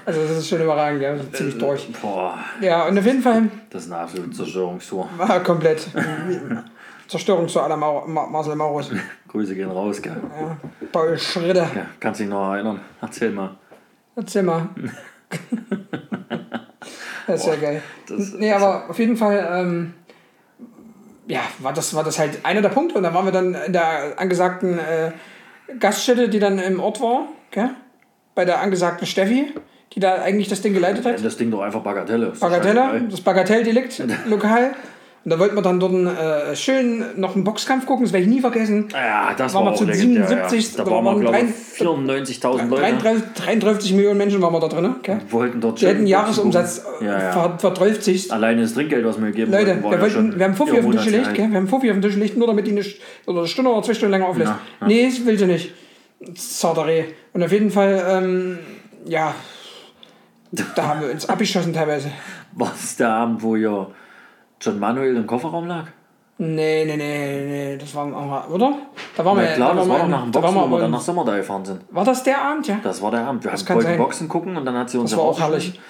Speaker 1: also, das ist schon überragend, ja.
Speaker 2: Äh,
Speaker 1: Ziemlich durch.
Speaker 2: Boah,
Speaker 1: Ja, und auf jeden Fall
Speaker 2: das ist eine absolute Zerstörungstour.
Speaker 1: war komplett. Zerstörung zu aller Mau Ma Marcel Maurus.
Speaker 2: Grüße gehen raus, gell?
Speaker 1: Ja. Paul Schritter.
Speaker 2: Ja, kannst dich noch erinnern? Erzähl mal.
Speaker 1: Erzähl mal. das ist ja geil.
Speaker 2: das- also
Speaker 1: nee, aber auf jeden Fall, ähm, ja, war das, war das halt einer der Punkte. Und dann waren wir dann in der angesagten äh, Gaststätte, die dann im Ort war, gell? bei der angesagten Steffi, die da eigentlich das Ding geleitet hat.
Speaker 2: Nenn das Ding doch einfach Bagatelle. Ist doch
Speaker 1: Bagatelle,
Speaker 2: scheißegal.
Speaker 1: das Bagatelldelikt, lokal. Und da wollten wir dann dort einen, äh, schön noch einen Boxkampf gucken, das werde ich nie vergessen.
Speaker 2: Ja, das
Speaker 1: Waren
Speaker 2: war
Speaker 1: wir
Speaker 2: auch
Speaker 1: zu
Speaker 2: legendär,
Speaker 1: 77,
Speaker 2: Ja. Da
Speaker 1: da
Speaker 2: waren wir,
Speaker 1: waren
Speaker 2: glaube ich,
Speaker 1: drei-
Speaker 2: 94.000 Leute.
Speaker 1: 33, 33 Millionen Menschen waren wir da drin. Gell?
Speaker 2: Wollten dort
Speaker 1: Die hätten einen
Speaker 2: schön
Speaker 1: Jahresumsatz
Speaker 2: gucken.
Speaker 1: äh,
Speaker 2: Ja, ja.
Speaker 1: ver- verdreifacht sich.
Speaker 2: Alleine das Trinkgeld, was wir gegeben
Speaker 1: Leute,
Speaker 2: wollten, war
Speaker 1: wir,
Speaker 2: ja
Speaker 1: wollten,
Speaker 2: schon
Speaker 1: wir haben Fuffi auf dem
Speaker 2: irgendwo
Speaker 1: Tisch gelegt, gell?
Speaker 2: national.
Speaker 1: wir haben Fuffi auf dem Tisch gelegt, nur damit die eine, St- oder eine Stunde oder zwei Stunden länger auflässt.
Speaker 2: Ja, ja.
Speaker 1: Nee, das will sie nicht. Zartere. Und auf jeden Fall, ähm, ja, da haben wir uns abgeschossen teilweise.
Speaker 2: War es der Abend, wo ja John Manuel im Kofferraum lag?
Speaker 1: Nee, nee, nee, nee, das war auch mal, oder? Da waren
Speaker 2: Na
Speaker 1: wir, da
Speaker 2: klar,
Speaker 1: waren
Speaker 2: das war
Speaker 1: wir,
Speaker 2: doch
Speaker 1: in-
Speaker 2: nach dem
Speaker 1: da
Speaker 2: Boxen,
Speaker 1: waren
Speaker 2: wo wir
Speaker 1: wir,
Speaker 2: dann
Speaker 1: in-
Speaker 2: nach Sommerdahl gefahren sind.
Speaker 1: war das der Abend, ja?
Speaker 2: Das war der Abend. Wir haben
Speaker 1: kann
Speaker 2: wollten
Speaker 1: sein.
Speaker 2: Boxen gucken und dann hat sie uns
Speaker 1: Das war auch herrlich.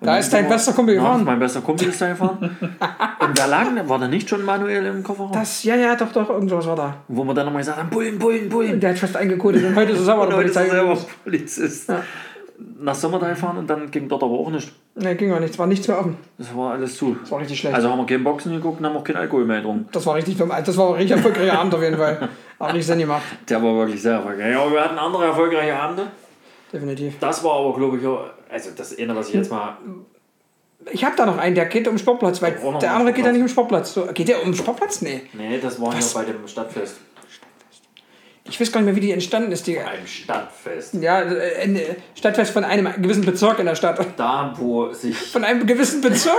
Speaker 1: Da ist dein bester Kumpel
Speaker 2: Ja,
Speaker 1: gefahren.
Speaker 2: mein bester Kumpel ist da gefahren. und da lagen, war da nicht John Manuel im Kofferraum?
Speaker 1: Das, ja, ja, doch, doch, irgendwas war da.
Speaker 2: Wo man dann nochmal gesagt haben, Bullen, Bullen, Bullen.
Speaker 1: Der hat fast eingekotet und heute ist er sauer,
Speaker 2: Und
Speaker 1: der
Speaker 2: heute ist er
Speaker 1: Polizei.
Speaker 2: selber Polizist. nach Sommertal fahren und dann ging dort aber auch nichts.
Speaker 1: Ne, ging auch nichts. War nichts mehr offen.
Speaker 2: Das war alles zu.
Speaker 1: Das war richtig schlecht.
Speaker 2: Also haben wir keinen Boxen geguckt und haben auch keinen Alkohol mehr getrunken.
Speaker 1: Das war richtig dumm. Also Das war ein richtig erfolgreicher Abend auf jeden Fall. Hat richtig Sinn gemacht.
Speaker 2: Der war wirklich sehr erfolgreich. Ja, aber wir hatten andere erfolgreiche Abende.
Speaker 1: Definitiv.
Speaker 2: Das war aber, glaube ich, auch- also das eine, was ich jetzt mal.
Speaker 1: Ich habe da noch einen, der geht um den Sportplatz, weil
Speaker 2: Oh, noch
Speaker 1: der
Speaker 2: mal
Speaker 1: andere geht ja
Speaker 2: Sportplatz.
Speaker 1: nicht um den Sportplatz. So, geht der um den Sportplatz? Nee.
Speaker 2: Nee, das war ja bei dem Stadtfest.
Speaker 1: Ich weiß gar nicht mehr, wie die entstanden ist. Die,
Speaker 2: Beim Stadtfest.
Speaker 1: ja, äh, in, äh, Stadtfest von einem gewissen Bezirk in der Stadt.
Speaker 2: Da, wo sich,
Speaker 1: Von einem gewissen Bezirk?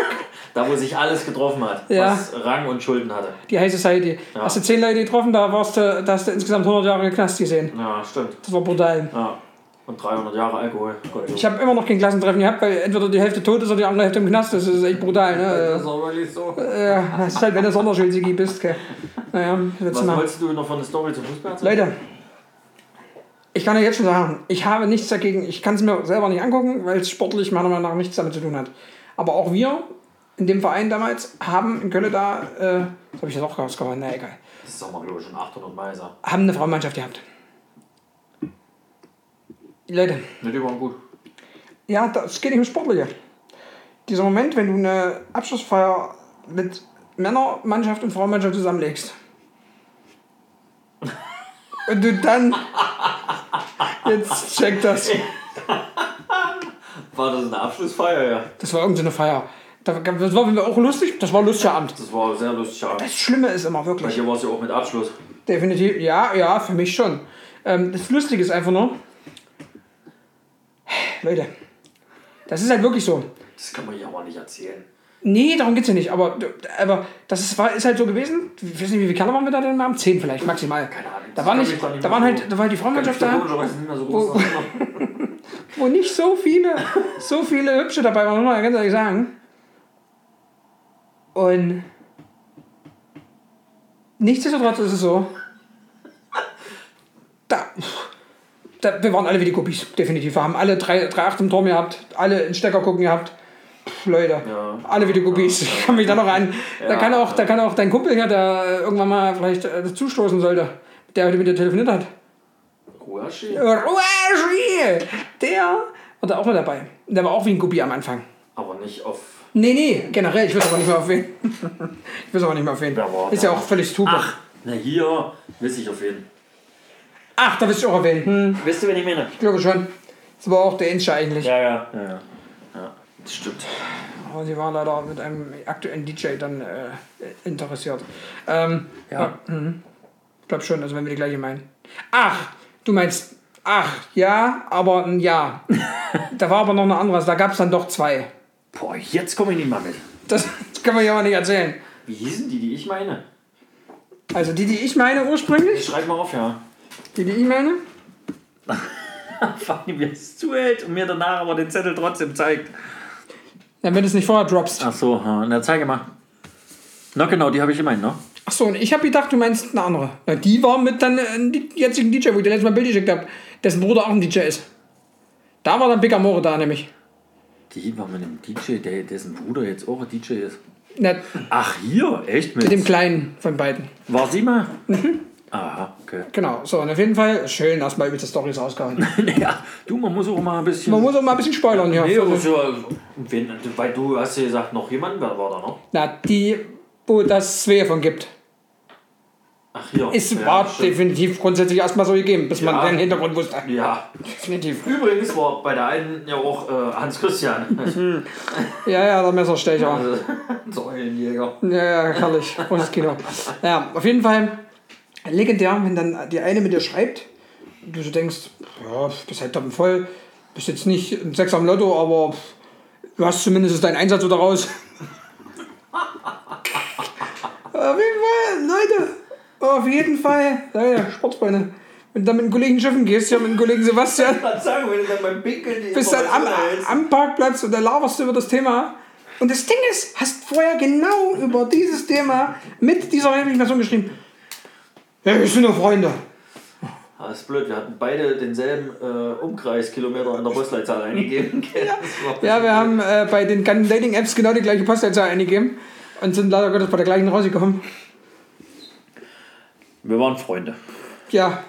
Speaker 2: da, wo sich alles getroffen hat,
Speaker 1: Ja.
Speaker 2: was Rang und Schulden hatte.
Speaker 1: Die High Society.
Speaker 2: Ja.
Speaker 1: Hast du zehn Leute getroffen, da, warst du, da hast du insgesamt 100 Jahre Knast gesehen.
Speaker 2: Ja, stimmt.
Speaker 1: Das war brutal.
Speaker 2: Ja. Und 300 Jahre Alkohol. Gott,
Speaker 1: Ich habe immer noch kein Klassentreffen gehabt, weil entweder die Hälfte tot ist oder die andere Hälfte im Knast ist. Das ist echt brutal.
Speaker 2: das
Speaker 1: Ne?
Speaker 2: ist aber wirklich so.
Speaker 1: Äh, das ist halt, wenn du Sonderschuldsigi bist. Gell. Naja, was willst
Speaker 2: Was
Speaker 1: du machen?
Speaker 2: wolltest du noch von der Story zum Fußball erzählen?
Speaker 1: Leute, ich kann euch jetzt schon sagen, ich habe nichts dagegen. Ich kann es mir selber nicht angucken, weil es sportlich meiner Meinung nach nichts damit zu tun hat. Aber auch wir in dem Verein damals haben in Köln da, äh, das habe ich jetzt auch rausgehauen, na egal,
Speaker 2: Das ist doch mal, glaube ich, schon 800 Meiser.
Speaker 1: haben eine Frauenmannschaft gehabt. Leute,
Speaker 2: Nicht über Ne, gut.
Speaker 1: ja, das geht nicht um Sportliche. Dieser Moment, wenn du eine Abschlussfeier mit Männermannschaft und Frauenmannschaft zusammenlegst. Und du dann. Jetzt check das.
Speaker 2: War das eine Abschlussfeier, ja?
Speaker 1: Das war irgendeine Feier. Da- Das war auch lustig. Das war ein lustiger Abend.
Speaker 2: Das war sehr lustig. Ja.
Speaker 1: Das Schlimme ist immer
Speaker 2: Weil
Speaker 1: wirklich.
Speaker 2: hier war es ja auch mit Abschluss.
Speaker 1: Definitiv, ja, ja, für mich schon. Ähm, das Lustige ist einfach nur, Leute, das ist halt wirklich so.
Speaker 2: Das kann man hier aber nicht erzählen.
Speaker 1: Nee, darum geht's ja nicht, aber, aber das ist, war, ist halt so gewesen. Ich weiß nicht, wie viele Kerle waren wir da denn am Abend? Zehn vielleicht, maximal.
Speaker 2: Keine Ahnung.
Speaker 1: Da, war
Speaker 2: Das
Speaker 1: nicht,
Speaker 2: kann ich gar nicht
Speaker 1: da, waren Oh.
Speaker 2: mehr
Speaker 1: halt,
Speaker 2: so-
Speaker 1: da war halt die
Speaker 2: Kann ich
Speaker 1: Frauenmannschaft da.
Speaker 2: psychologischerweise nicht mehr so groß sagen.
Speaker 1: wo nicht so viele, so viele hübsche dabei waren, muss man ja ganz ehrlich sagen. Und nichtsdestotrotz ist es so. Da, da, wir waren alle wie die Guppies, definitiv. Wir haben alle 3,8 im Turm gehabt, alle in Stecker gucken gehabt. Pff, Leute,
Speaker 2: Ja.
Speaker 1: alle wie die Guppies. Ich kann mich da noch an. Da,
Speaker 2: Ja.
Speaker 1: kann auch, da kann auch dein Kumpel hier, der irgendwann mal vielleicht äh, das zustoßen sollte, der heute mit dir telefoniert hat.
Speaker 2: Ruashi?
Speaker 1: Roger, der war da auch mal dabei. Der war auch wie ein Guppi am Anfang.
Speaker 2: Aber nicht auf.
Speaker 1: Nee, nee, generell, ich weiß aber nicht mehr auf wen. Ich weiß aber nicht mehr auf wen.
Speaker 2: Wer war
Speaker 1: Ist
Speaker 2: der?
Speaker 1: ja auch völlig super. Ach,
Speaker 2: Na hier, weiß ich auf jeden.
Speaker 1: da bist du auch erwähnt. Hm,
Speaker 2: Wisst ihr, wen ich meine?
Speaker 1: ich glaube schon. Das war auch der Insche eigentlich.
Speaker 2: Ja, ja. Ja, ja. ja das stimmt.
Speaker 1: Aber Oh, sie war leider mit einem aktuellen DJ dann äh, interessiert. Ähm, ja.
Speaker 2: Ja.
Speaker 1: mhm. Ich glaube schon, also wenn wir die gleiche meinen. Ach, du meinst, ach, ja, aber ein Ja. da war aber noch eine andere, da gab es dann doch zwei.
Speaker 2: Boah, jetzt komme ich nicht mal mit.
Speaker 1: Das kann man ja aber nicht erzählen.
Speaker 2: Wie hießen die, die ich meine?
Speaker 1: Also die, die ich meine ursprünglich,
Speaker 2: Schreib mal auf, ja.
Speaker 1: die, die ich meine,
Speaker 2: Fanny mir es zuhält und mir danach aber den Zettel trotzdem zeigt.
Speaker 1: dann wenn du es nicht vorher droppst.
Speaker 2: Ach so, ja, na zeige mal. Na genau, die habe ich gemeint, ne?
Speaker 1: Achso, und ich habe gedacht, du meinst eine andere. Na, die war mit dann äh, die jetzigen DJ, wo ich dir letztes Mal ein Bild geschickt habe, dessen Bruder auch ein DJ ist. Da war dann Big Amore da nämlich.
Speaker 2: Die war mit einem DJ, der, dessen Bruder jetzt auch ein DJ ist.
Speaker 1: Na,
Speaker 2: Ach hier, echt
Speaker 1: mit dem Mhm.
Speaker 2: mit?
Speaker 1: Kleinen von beiden.
Speaker 2: War sie mal? Aha, okay.
Speaker 1: Genau, so, und auf jeden Fall, schön, erstmal übelste Storys rausgehauen.
Speaker 2: naja, du, man muss auch mal ein bisschen...
Speaker 1: Man muss auch mal ein bisschen spoilern hier.
Speaker 2: Nee, aber so, wenn, weil du hast ja gesagt, noch jemand, wer war da noch?
Speaker 1: Na, die, wo das Svea von gibt.
Speaker 2: Ach hier.
Speaker 1: Es
Speaker 2: ja,
Speaker 1: war
Speaker 2: stimmt.
Speaker 1: definitiv grundsätzlich erstmal so gegeben, bis
Speaker 2: Ja.
Speaker 1: man den Hintergrund wusste.
Speaker 2: Ja.
Speaker 1: Definitiv.
Speaker 2: Übrigens war bei der einen ja auch äh, Hans Christian.
Speaker 1: Ja, ja, der Messerstecher.
Speaker 2: Also, Säulenjäger.
Speaker 1: Ja, ja, herrlich. Großes Kino. Ja, auf jeden Fall legendär, wenn dann die eine mit dir schreibt und du so denkst, ja, bist halt doppelt voll, bist jetzt nicht ein Sechser am Lotto, aber du hast zumindest deinen Einsatz wieder raus. auf jeden Fall, Leute, auf jeden Fall, Leute, Sportfreunde. Wenn du dann mit dem Kollegen Schiffen gehst, ja, mit dem Kollegen Sebastian,
Speaker 2: Was sagen, wenn du dann beim Pinkeln die
Speaker 1: bist dann am, am Parkplatz und da laberst du über das Thema. Und das Ding ist, hast vorher genau über dieses Thema mit dieser weiblichen Person geschrieben. Ja, wir sind nur Freunde.
Speaker 2: Ah, ist blöd, wir hatten beide denselben äh, Umkreiskilometer an der Postleitzahl eingegeben. ja.
Speaker 1: Ja, wir haben äh, bei den ganzen Dating-Apps genau die gleiche Postleitzahl eingegeben und sind leider Gottes bei der gleichen rausgekommen.
Speaker 2: wir waren Freunde.
Speaker 1: Ja.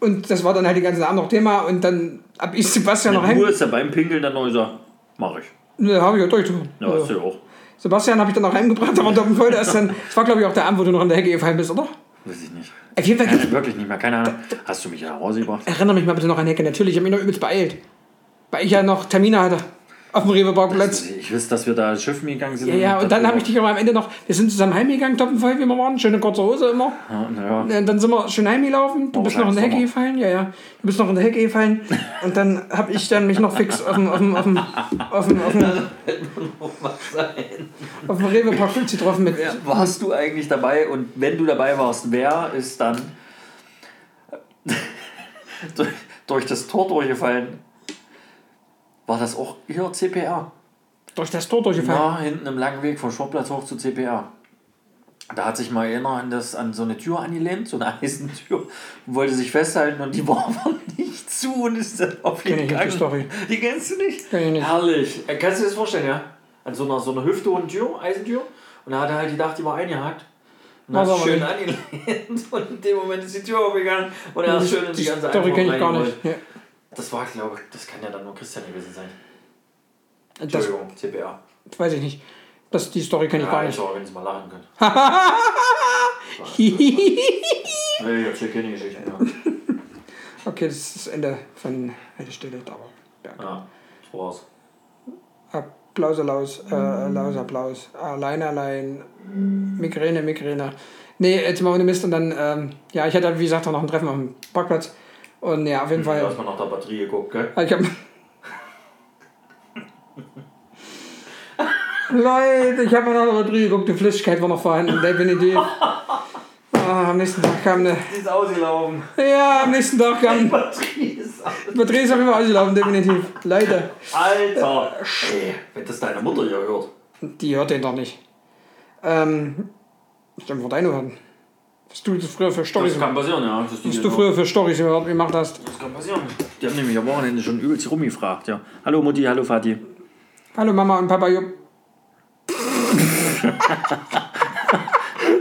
Speaker 1: Und das war dann halt den ganzen Abend noch Thema. Und dann hab ich Sebastian noch
Speaker 2: Mit
Speaker 1: heim.
Speaker 2: Ruhe ist er beim Pinkeln dann noch gesagt, mach ich.
Speaker 1: Ne, habe ich auch durch.
Speaker 2: Ja, ist ja auch.
Speaker 1: Sebastian habe ich dann noch heimgebracht, aber doppelt voll. Das, dann, das war, glaube ich, auch der Abend, wo du noch in der Hecke gefallen bist, oder?
Speaker 2: Weiß ich nicht.
Speaker 1: Auf jeden Fall
Speaker 2: Nein, wirklich nicht mehr. Keine Ahnung. Hast du mich ja rausgebracht?
Speaker 1: Erinnere mich mal bitte noch an Hecke, natürlich. Ich habe mich noch übelst beeilt. Weil ich ja noch Termine hatte. Auf dem Rewe-Parkplatz.
Speaker 2: Ich wüsste, dass wir da schiffen gegangen sind.
Speaker 1: Ja, ja, und dann habe ich dich aber am Ende noch. Wir sind zusammen heimgegangen, toppenvoll, wie wir waren. Schöne kurze Hose immer.
Speaker 2: Ja, na ja.
Speaker 1: Äh, Dann sind wir schön heimgelaufen. Du
Speaker 2: Oh,
Speaker 1: bist noch in der Hecke
Speaker 2: Sommer.
Speaker 1: gefallen. Ja, ja. Du bist noch in der Hecke gefallen. Und dann habe ich dann mich noch fix auf dem, auf dem, auf dem, auf dem, auf dem, auf dem Rewe-Parkplatz getroffen mit.
Speaker 2: Warst du eigentlich dabei? Und wenn du dabei warst, wer ist dann durch, durch das Tor durchgefallen? War das auch hier CPR?
Speaker 1: Durch das Tor durchgefallen.
Speaker 2: Ja, hinten im langen Weg vom Sportplatz hoch zu CPR. Da hat sich mal einer an, das, an so eine Tür angelehnt, so eine Eisentür, und wollte sich festhalten und die war aber nicht zu und ist dann auf
Speaker 1: Kenn ich
Speaker 2: jeden
Speaker 1: nicht, die Story.
Speaker 2: Die kennst du nicht?
Speaker 1: Kenn ich nicht.
Speaker 2: Herrlich. Äh, Kannst du dir das vorstellen, ja? An so einer, so einer hüfthohen Tür, Eisentür. Und da hat er halt gedacht, die war eingehakt. Und
Speaker 1: Was
Speaker 2: hat
Speaker 1: aber
Speaker 2: schön angelehnt und in dem Moment ist die Tür aufgegangen und er ist schön in die
Speaker 1: Die
Speaker 2: ganze
Speaker 1: Story
Speaker 2: Eintracht
Speaker 1: kenne ich gar nicht.
Speaker 2: reingerollt.
Speaker 1: Ja.
Speaker 2: Das war, glaube ich, das kann ja dann nur Christian gewesen sein.
Speaker 1: Das
Speaker 2: Entschuldigung, CPR.
Speaker 1: weiß ich nicht. Das, die Story kenne ich gar
Speaker 2: Ja,
Speaker 1: nicht.
Speaker 2: ich auch, wenn Sie mal lachen können. Nee, ich erzähle keine Geschichten mehr.
Speaker 1: okay, das ist das Ende von Haltestelle Dauerberg.
Speaker 2: Ja, das war's.
Speaker 1: Applaus, Applaus, äh, Applaus, Applaus. Allein, allein. Migräne, Migräne. Nee, jetzt mal ohne Mist. Und dann, ähm, ja, ich hatte, wie gesagt, auch noch ein Treffen auf dem Parkplatz. Und ja, auf jeden
Speaker 2: Du
Speaker 1: Fall. Ah,
Speaker 2: hast mal nach der Batterie geguckt, gell?
Speaker 1: Ich hab. Leute, ich habe mir noch eine Batterie geguckt, die Flüssigkeit war noch vorhanden, definitiv. Ah, am nächsten Tag kam eine.
Speaker 2: Die ist ausgelaufen.
Speaker 1: Ja, am nächsten Tag kam.
Speaker 2: Batterie ist aus.
Speaker 1: Die Batterie ist auf jeden Fall ausgelaufen, definitiv. Leute.
Speaker 2: Alter! Ey, wenn das deine Mutter hier hört.
Speaker 1: Die hört den doch nicht. Ähm, ich hab vor deine hören. Was du früher für Storys
Speaker 2: Das kann passieren, ja. Das ist
Speaker 1: was du früher für Storys überhaupt gemacht hast.
Speaker 2: Das kann passieren. Die haben nämlich am Wochenende schon übelst rumgefragt, ja. Hallo Mutti, hallo Vati.
Speaker 1: Hallo Mama und Papa Jupp. das fehlt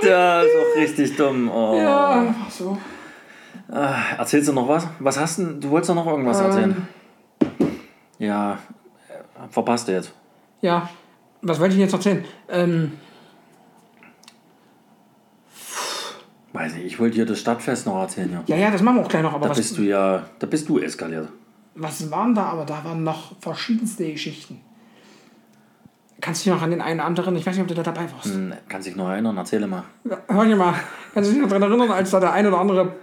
Speaker 1: so.
Speaker 2: Ja, ist auch richtig dumm. Oh.
Speaker 1: Ja, ach so.
Speaker 2: Äh, Erzählst du noch was? Was hast denn? Du wolltest doch noch irgendwas
Speaker 1: Ähm,
Speaker 2: erzählen. Ja, äh, verpasst du jetzt.
Speaker 1: Ja, was wollte ich denn jetzt erzählen? Ähm,
Speaker 2: Weiß nicht, ich wollte dir das Stadtfest noch erzählen, ja.
Speaker 1: ja, ja, das machen wir auch gleich noch. Aber
Speaker 2: Da
Speaker 1: was,
Speaker 2: bist du ja, da bist du eskaliert.
Speaker 1: was waren da? Aber da waren noch verschiedenste Geschichten. Kannst du dich noch an den einen anderen, ich weiß nicht, ob du da dabei warst.
Speaker 2: Hm, Kannst dich noch erinnern, erzähle mal.
Speaker 1: Hör dir mal, kannst du dich noch daran erinnern, als da der ein oder andere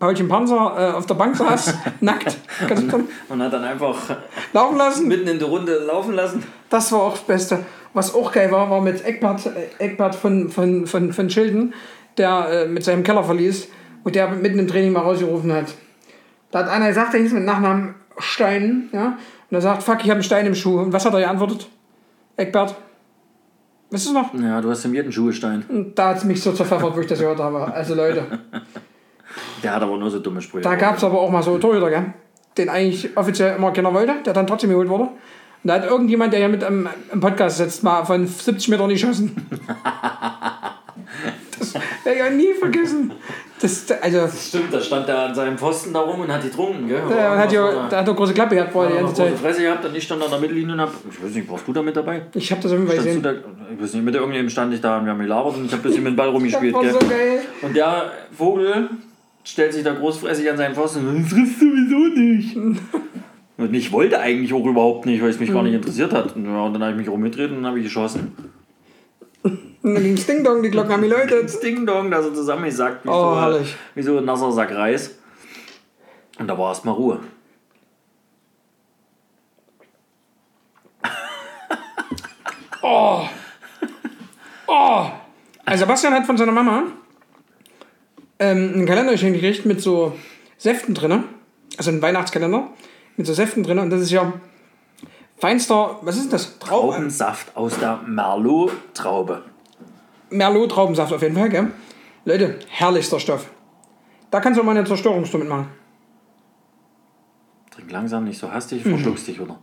Speaker 1: Paulchen Panzer äh, auf der Bank saß, nackt, kannst du dich dran
Speaker 2: Und hat dann einfach
Speaker 1: laufen lassen?
Speaker 2: mitten in der Runde laufen lassen.
Speaker 1: Das war auch das Beste. Was auch geil war, war mit Eckbart, äh, Eckbart von, von, von, von Schilden, der äh, mit seinem Keller verließ und der mitten im Training mal rausgerufen hat. Da hat einer gesagt, der hieß mit Nachnamen Stein, ja, und er sagt, fuck, ich habe einen Stein im Schuh. Und was hat er geantwortet? Eckbart, weißt du es noch?
Speaker 2: Ja, du hast im jeden Schuhestein.
Speaker 1: Und da hat es mich so zerpfeffert, wo ich das gehört habe. Also Leute.
Speaker 2: Der hat aber nur so dumme Sprüche.
Speaker 1: Da gab es aber auch mal so einen Torhüter, gell? den eigentlich offiziell immer keiner wollte, der dann trotzdem geholt wurde. Und da hat irgendjemand, der hier mit im, im Podcast sitzt, mal von 70 Metern geschossen. das werde ich auch nie vergessen. Das, also,
Speaker 2: Stimmt, da stand er an seinem Pfosten da rum und hat die getrunken, gell?
Speaker 1: der hat ja,
Speaker 2: da
Speaker 1: der hat eine große Klappe gehabt vorher die ganze
Speaker 2: große
Speaker 1: Zeit.
Speaker 2: Fresse gehabt und ich stand an der Mittellinie und hab. Ich weiß nicht, warst du da mit dabei?
Speaker 1: Ich habe das auf jeden Fall
Speaker 2: Standst du
Speaker 1: gesehen.
Speaker 2: da, ich weiß nicht, mit irgendjemandem stand ich da und wir haben gelabert und ich hab ein bisschen mit dem Ball
Speaker 1: Das
Speaker 2: rumgespielt,
Speaker 1: war
Speaker 2: gell?
Speaker 1: so geil.
Speaker 2: Und der Vogel stellt sich da großfressig an seinen Pfosten und trifft sowieso nicht. Und ich wollte eigentlich auch überhaupt nicht, weil es mich gar nicht interessiert hat. Und ja, und dann habe ich mich rumgedreht und dann habe ich geschossen.
Speaker 1: Und dann ging Ding Dong, die Glocken haben geläutet.
Speaker 2: Das Ding Dong, da so zusammengesackt. Wie,
Speaker 1: Oh,
Speaker 2: so,
Speaker 1: herrlich.
Speaker 2: wie so ein nasser Sack Reis. Und da war erstmal Ruhe.
Speaker 1: Oh! Also Sebastian hat von seiner Mama ähm, einen Kalender geschenkt gekriegt mit so Säften drin. Also einen Weihnachtskalender mit so Säften drin. Und das ist ja feinster, was ist das? Trauben.
Speaker 2: Traubensaft aus der Merlot-Traube.
Speaker 1: Merlot-Traubensaft auf jeden Fall, gell? Leute, herrlichster Stoff. Da kannst du auch mal eine Zerstörungstour mitmachen.
Speaker 2: Trink langsam, nicht so hastig, verschluckst dich, oder?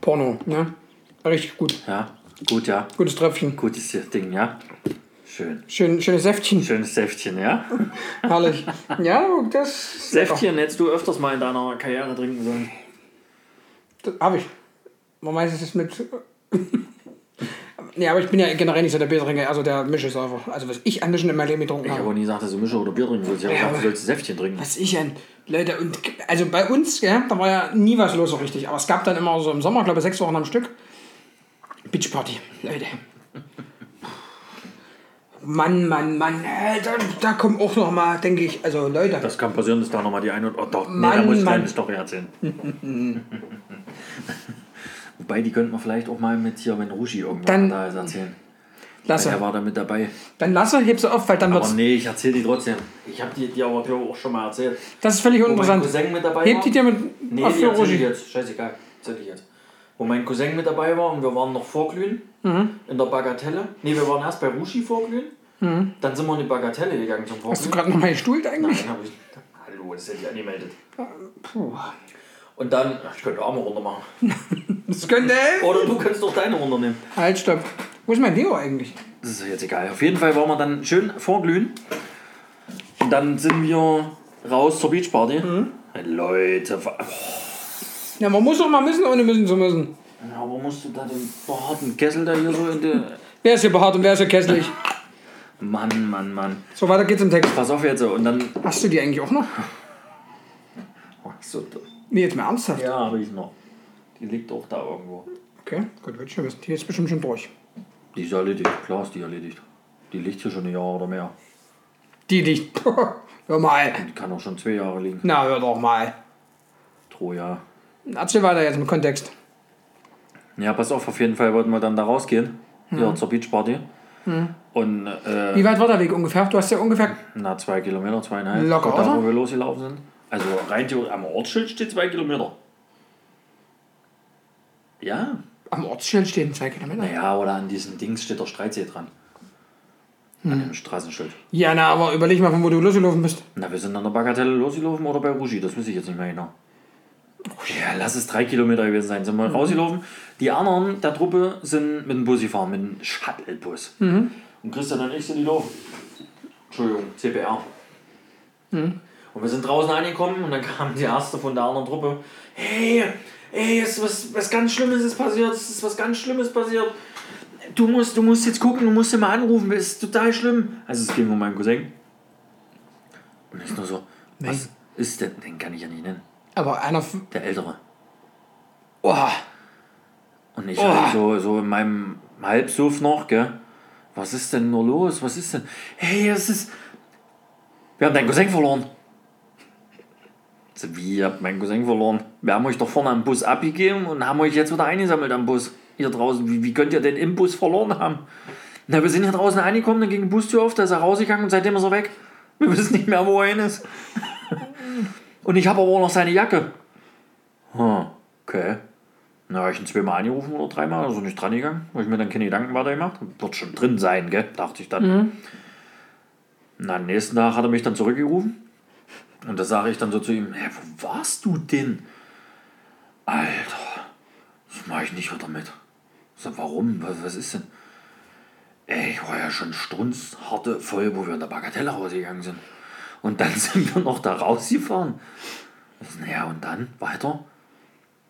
Speaker 1: Porno, ne? Richtig gut.
Speaker 2: Ja, gut, ja.
Speaker 1: Gutes Tröpfchen.
Speaker 2: Gutes Ding, ja. Schön.
Speaker 1: Schön, schönes Säftchen.
Speaker 2: Schönes Säftchen, ja?
Speaker 1: Herrlich. Ja, das.
Speaker 2: Säftchen hättest du öfters mal in deiner Karriere trinken sollen.
Speaker 1: Das habe ich. Man meistens ist es mit. nee, aber ich bin ja generell nicht so der Biertrinker, also der Mischesäufer. Also was ich an Mischen in meinem Leben getrunken
Speaker 2: Ich habe
Speaker 1: habe.
Speaker 2: auch nie gesagt, dass du Mische oder Bier trinken sollst. Ich habe
Speaker 1: Ja,
Speaker 2: gesagt, du
Speaker 1: aber-
Speaker 2: sollst Säftchen trinken.
Speaker 1: Was ich denn? Leute, und also bei uns, ja, da war ja nie was los so richtig. Aber es gab dann immer so im Sommer, glaube ich, sechs Wochen am Stück. Beachparty, Leute. Mann, Mann, Mann, äh, da, da kommen auch noch mal, denke ich, also Leute.
Speaker 2: Das kann passieren, dass da nochmal die eine und. Oh, doch, nee, da
Speaker 1: Mann,
Speaker 2: muss ich
Speaker 1: Mann.
Speaker 2: deine Story erzählen. Wobei, die könnten wir vielleicht auch mal mit hier, wenn Rushi irgendwann
Speaker 1: Dann-
Speaker 2: da ist, erzählen. Er
Speaker 1: lasse.
Speaker 2: war da mit dabei.
Speaker 1: Dann lasse, heb sie auf, weil dann
Speaker 2: Aber
Speaker 1: wird's.
Speaker 2: nee, ich erzähle die trotzdem. Ich habe die, die aber glaub ich, auch schon mal erzählt.
Speaker 1: Das ist völlig
Speaker 2: Wo Oh mein
Speaker 1: uninteressant.
Speaker 2: Cousin mit dabei war.
Speaker 1: Heb die dir mit
Speaker 2: Nee,
Speaker 1: auf
Speaker 2: die
Speaker 1: für
Speaker 2: erzähl ich
Speaker 1: Roger.
Speaker 2: jetzt. Scheißegal. Erzähl ich jetzt. Wo mein Cousin mit dabei war und wir waren noch vorglühen
Speaker 1: Mhm.
Speaker 2: in der Bagatelle. Nee, wir waren erst bei Rushi vorglühen. Dann sind wir in die Bagatelle gegangen zum
Speaker 1: Mhm. Hast du
Speaker 2: Vorglühen.
Speaker 1: gerade noch mal gestuhlt eigentlich?
Speaker 2: Nein, hab ich. Hallo, das hätte ich angemeldet.
Speaker 1: Puh.
Speaker 2: Und dann, ich könnte Arme runter machen.
Speaker 1: Das könnte.
Speaker 2: Oder du kannst doch deine runternehmen.
Speaker 1: Halt, stopp. Wo ist mein Deo eigentlich?
Speaker 2: Das ist jetzt egal. Auf jeden Fall waren wir dann schön vorglühen. Und dann sind wir raus zur Beachparty.
Speaker 1: Mhm.
Speaker 2: Leute, wa-
Speaker 1: Ja, man muss doch mal müssen, ohne müssen zu müssen.
Speaker 2: aber musst du da den harten Kessel da hier so in die.
Speaker 1: Wer ist hier behaart und wer ist hier kässlich?
Speaker 2: Mann, Mann, Mann.
Speaker 1: So, weiter geht's im Text.
Speaker 2: Pass auf jetzt. Und dann
Speaker 1: Hast du die eigentlich auch noch?
Speaker 2: Oh, so dumm.
Speaker 1: Nee, jetzt mal ernsthaft.
Speaker 2: Ja, habe ich noch. Die liegt auch da irgendwo.
Speaker 1: Okay, gut, wird schon wissen. Die ist bestimmt schon durch.
Speaker 2: Die ist erledigt. Klar ist die erledigt. Die liegt hier schon ein Jahr oder mehr.
Speaker 1: Die liegt. hör mal.
Speaker 2: Die kann auch schon zwei Jahre liegen.
Speaker 1: Na, hör doch mal.
Speaker 2: Troja.
Speaker 1: Erzähl weiter jetzt im Kontext.
Speaker 2: Ja, pass auf, auf jeden Fall wollten wir dann da rausgehen.
Speaker 1: Hm.
Speaker 2: Ja, zur Beachparty. Und äh,
Speaker 1: Wie weit war der Weg ungefähr? Du hast ja ungefähr.
Speaker 2: na, zwei Kilometer, zweieinhalb.
Speaker 1: Locker,
Speaker 2: da,
Speaker 1: oder?
Speaker 2: wo wir losgelaufen sind. Also rein theoretisch, am Ortsschild steht zwei Kilometer. Ja.
Speaker 1: Am Ortsschild stehen zwei Kilometer.
Speaker 2: Naja, oder an diesem Dings steht der Streitsee dran.
Speaker 1: Hm.
Speaker 2: An dem Straßenschild.
Speaker 1: Ja, na, aber überleg mal, von wo du losgelaufen bist.
Speaker 2: Na, wir sind an der Bagatelle losgelaufen oder bei Ruji, das weiß ich jetzt nicht mehr genau. Ja, lass es drei Kilometer gewesen sein. Sind wir rausgelaufen. Die anderen der Truppe sind mit dem Bus gefahren, mit dem Shuttlebus. Und Christian und ich sind gelaufen. Entschuldigung, CBR. Und wir sind draußen angekommen und dann kam die erste von der anderen Truppe. Hey, ey, ist was, was ganz Schlimmes ist passiert, es ist was ganz Schlimmes passiert. Du musst, du musst jetzt gucken, du musst ihn mal anrufen, es ist total schlimm. Also es ging um meinen Cousin. Und ich nur so, was ist denn, den kann ich ja nicht nennen,
Speaker 1: Aber einer. f-
Speaker 2: der Ältere.
Speaker 1: Oha.
Speaker 2: Und ich halt so, so in meinem Halbsuff noch, gell, was ist denn nur los, was ist denn, hey, es ist, wir haben deinen Cousin verloren. Ich So, wie, ihr habt meinen Cousin verloren? Wir haben euch doch vorne am Bus abgegeben und haben euch jetzt wieder eingesammelt am Bus. Hier draußen, wie, wie könnt ihr den im Bus verloren haben? Na, wir sind hier draußen angekommen, dann ging die Bustür auf, da ist er rausgegangen und seitdem ist er weg. Wir wissen nicht mehr, wo er hin ist. Und ich habe aber auch noch seine Jacke. Hm, okay. Na, hab ich ihn zweimal angerufen oder dreimal, also nicht dran gegangen, weil ich mir dann keine Gedanken weiter gemacht Wird schon drin sein, gell? Dachte ich dann. Na, am nächsten Tag hat er mich dann zurückgerufen. Und da sage ich dann so zu ihm: Hä, wo warst du denn? Alter, das mache ich nicht wieder mit. Ich So, warum? Was, was ist denn? Ey, ich war ja schon strunzharte voll, wo wir in der Bagatelle rausgegangen sind. Und dann sind wir noch da rausgefahren. Ich so, Naja, und dann weiter?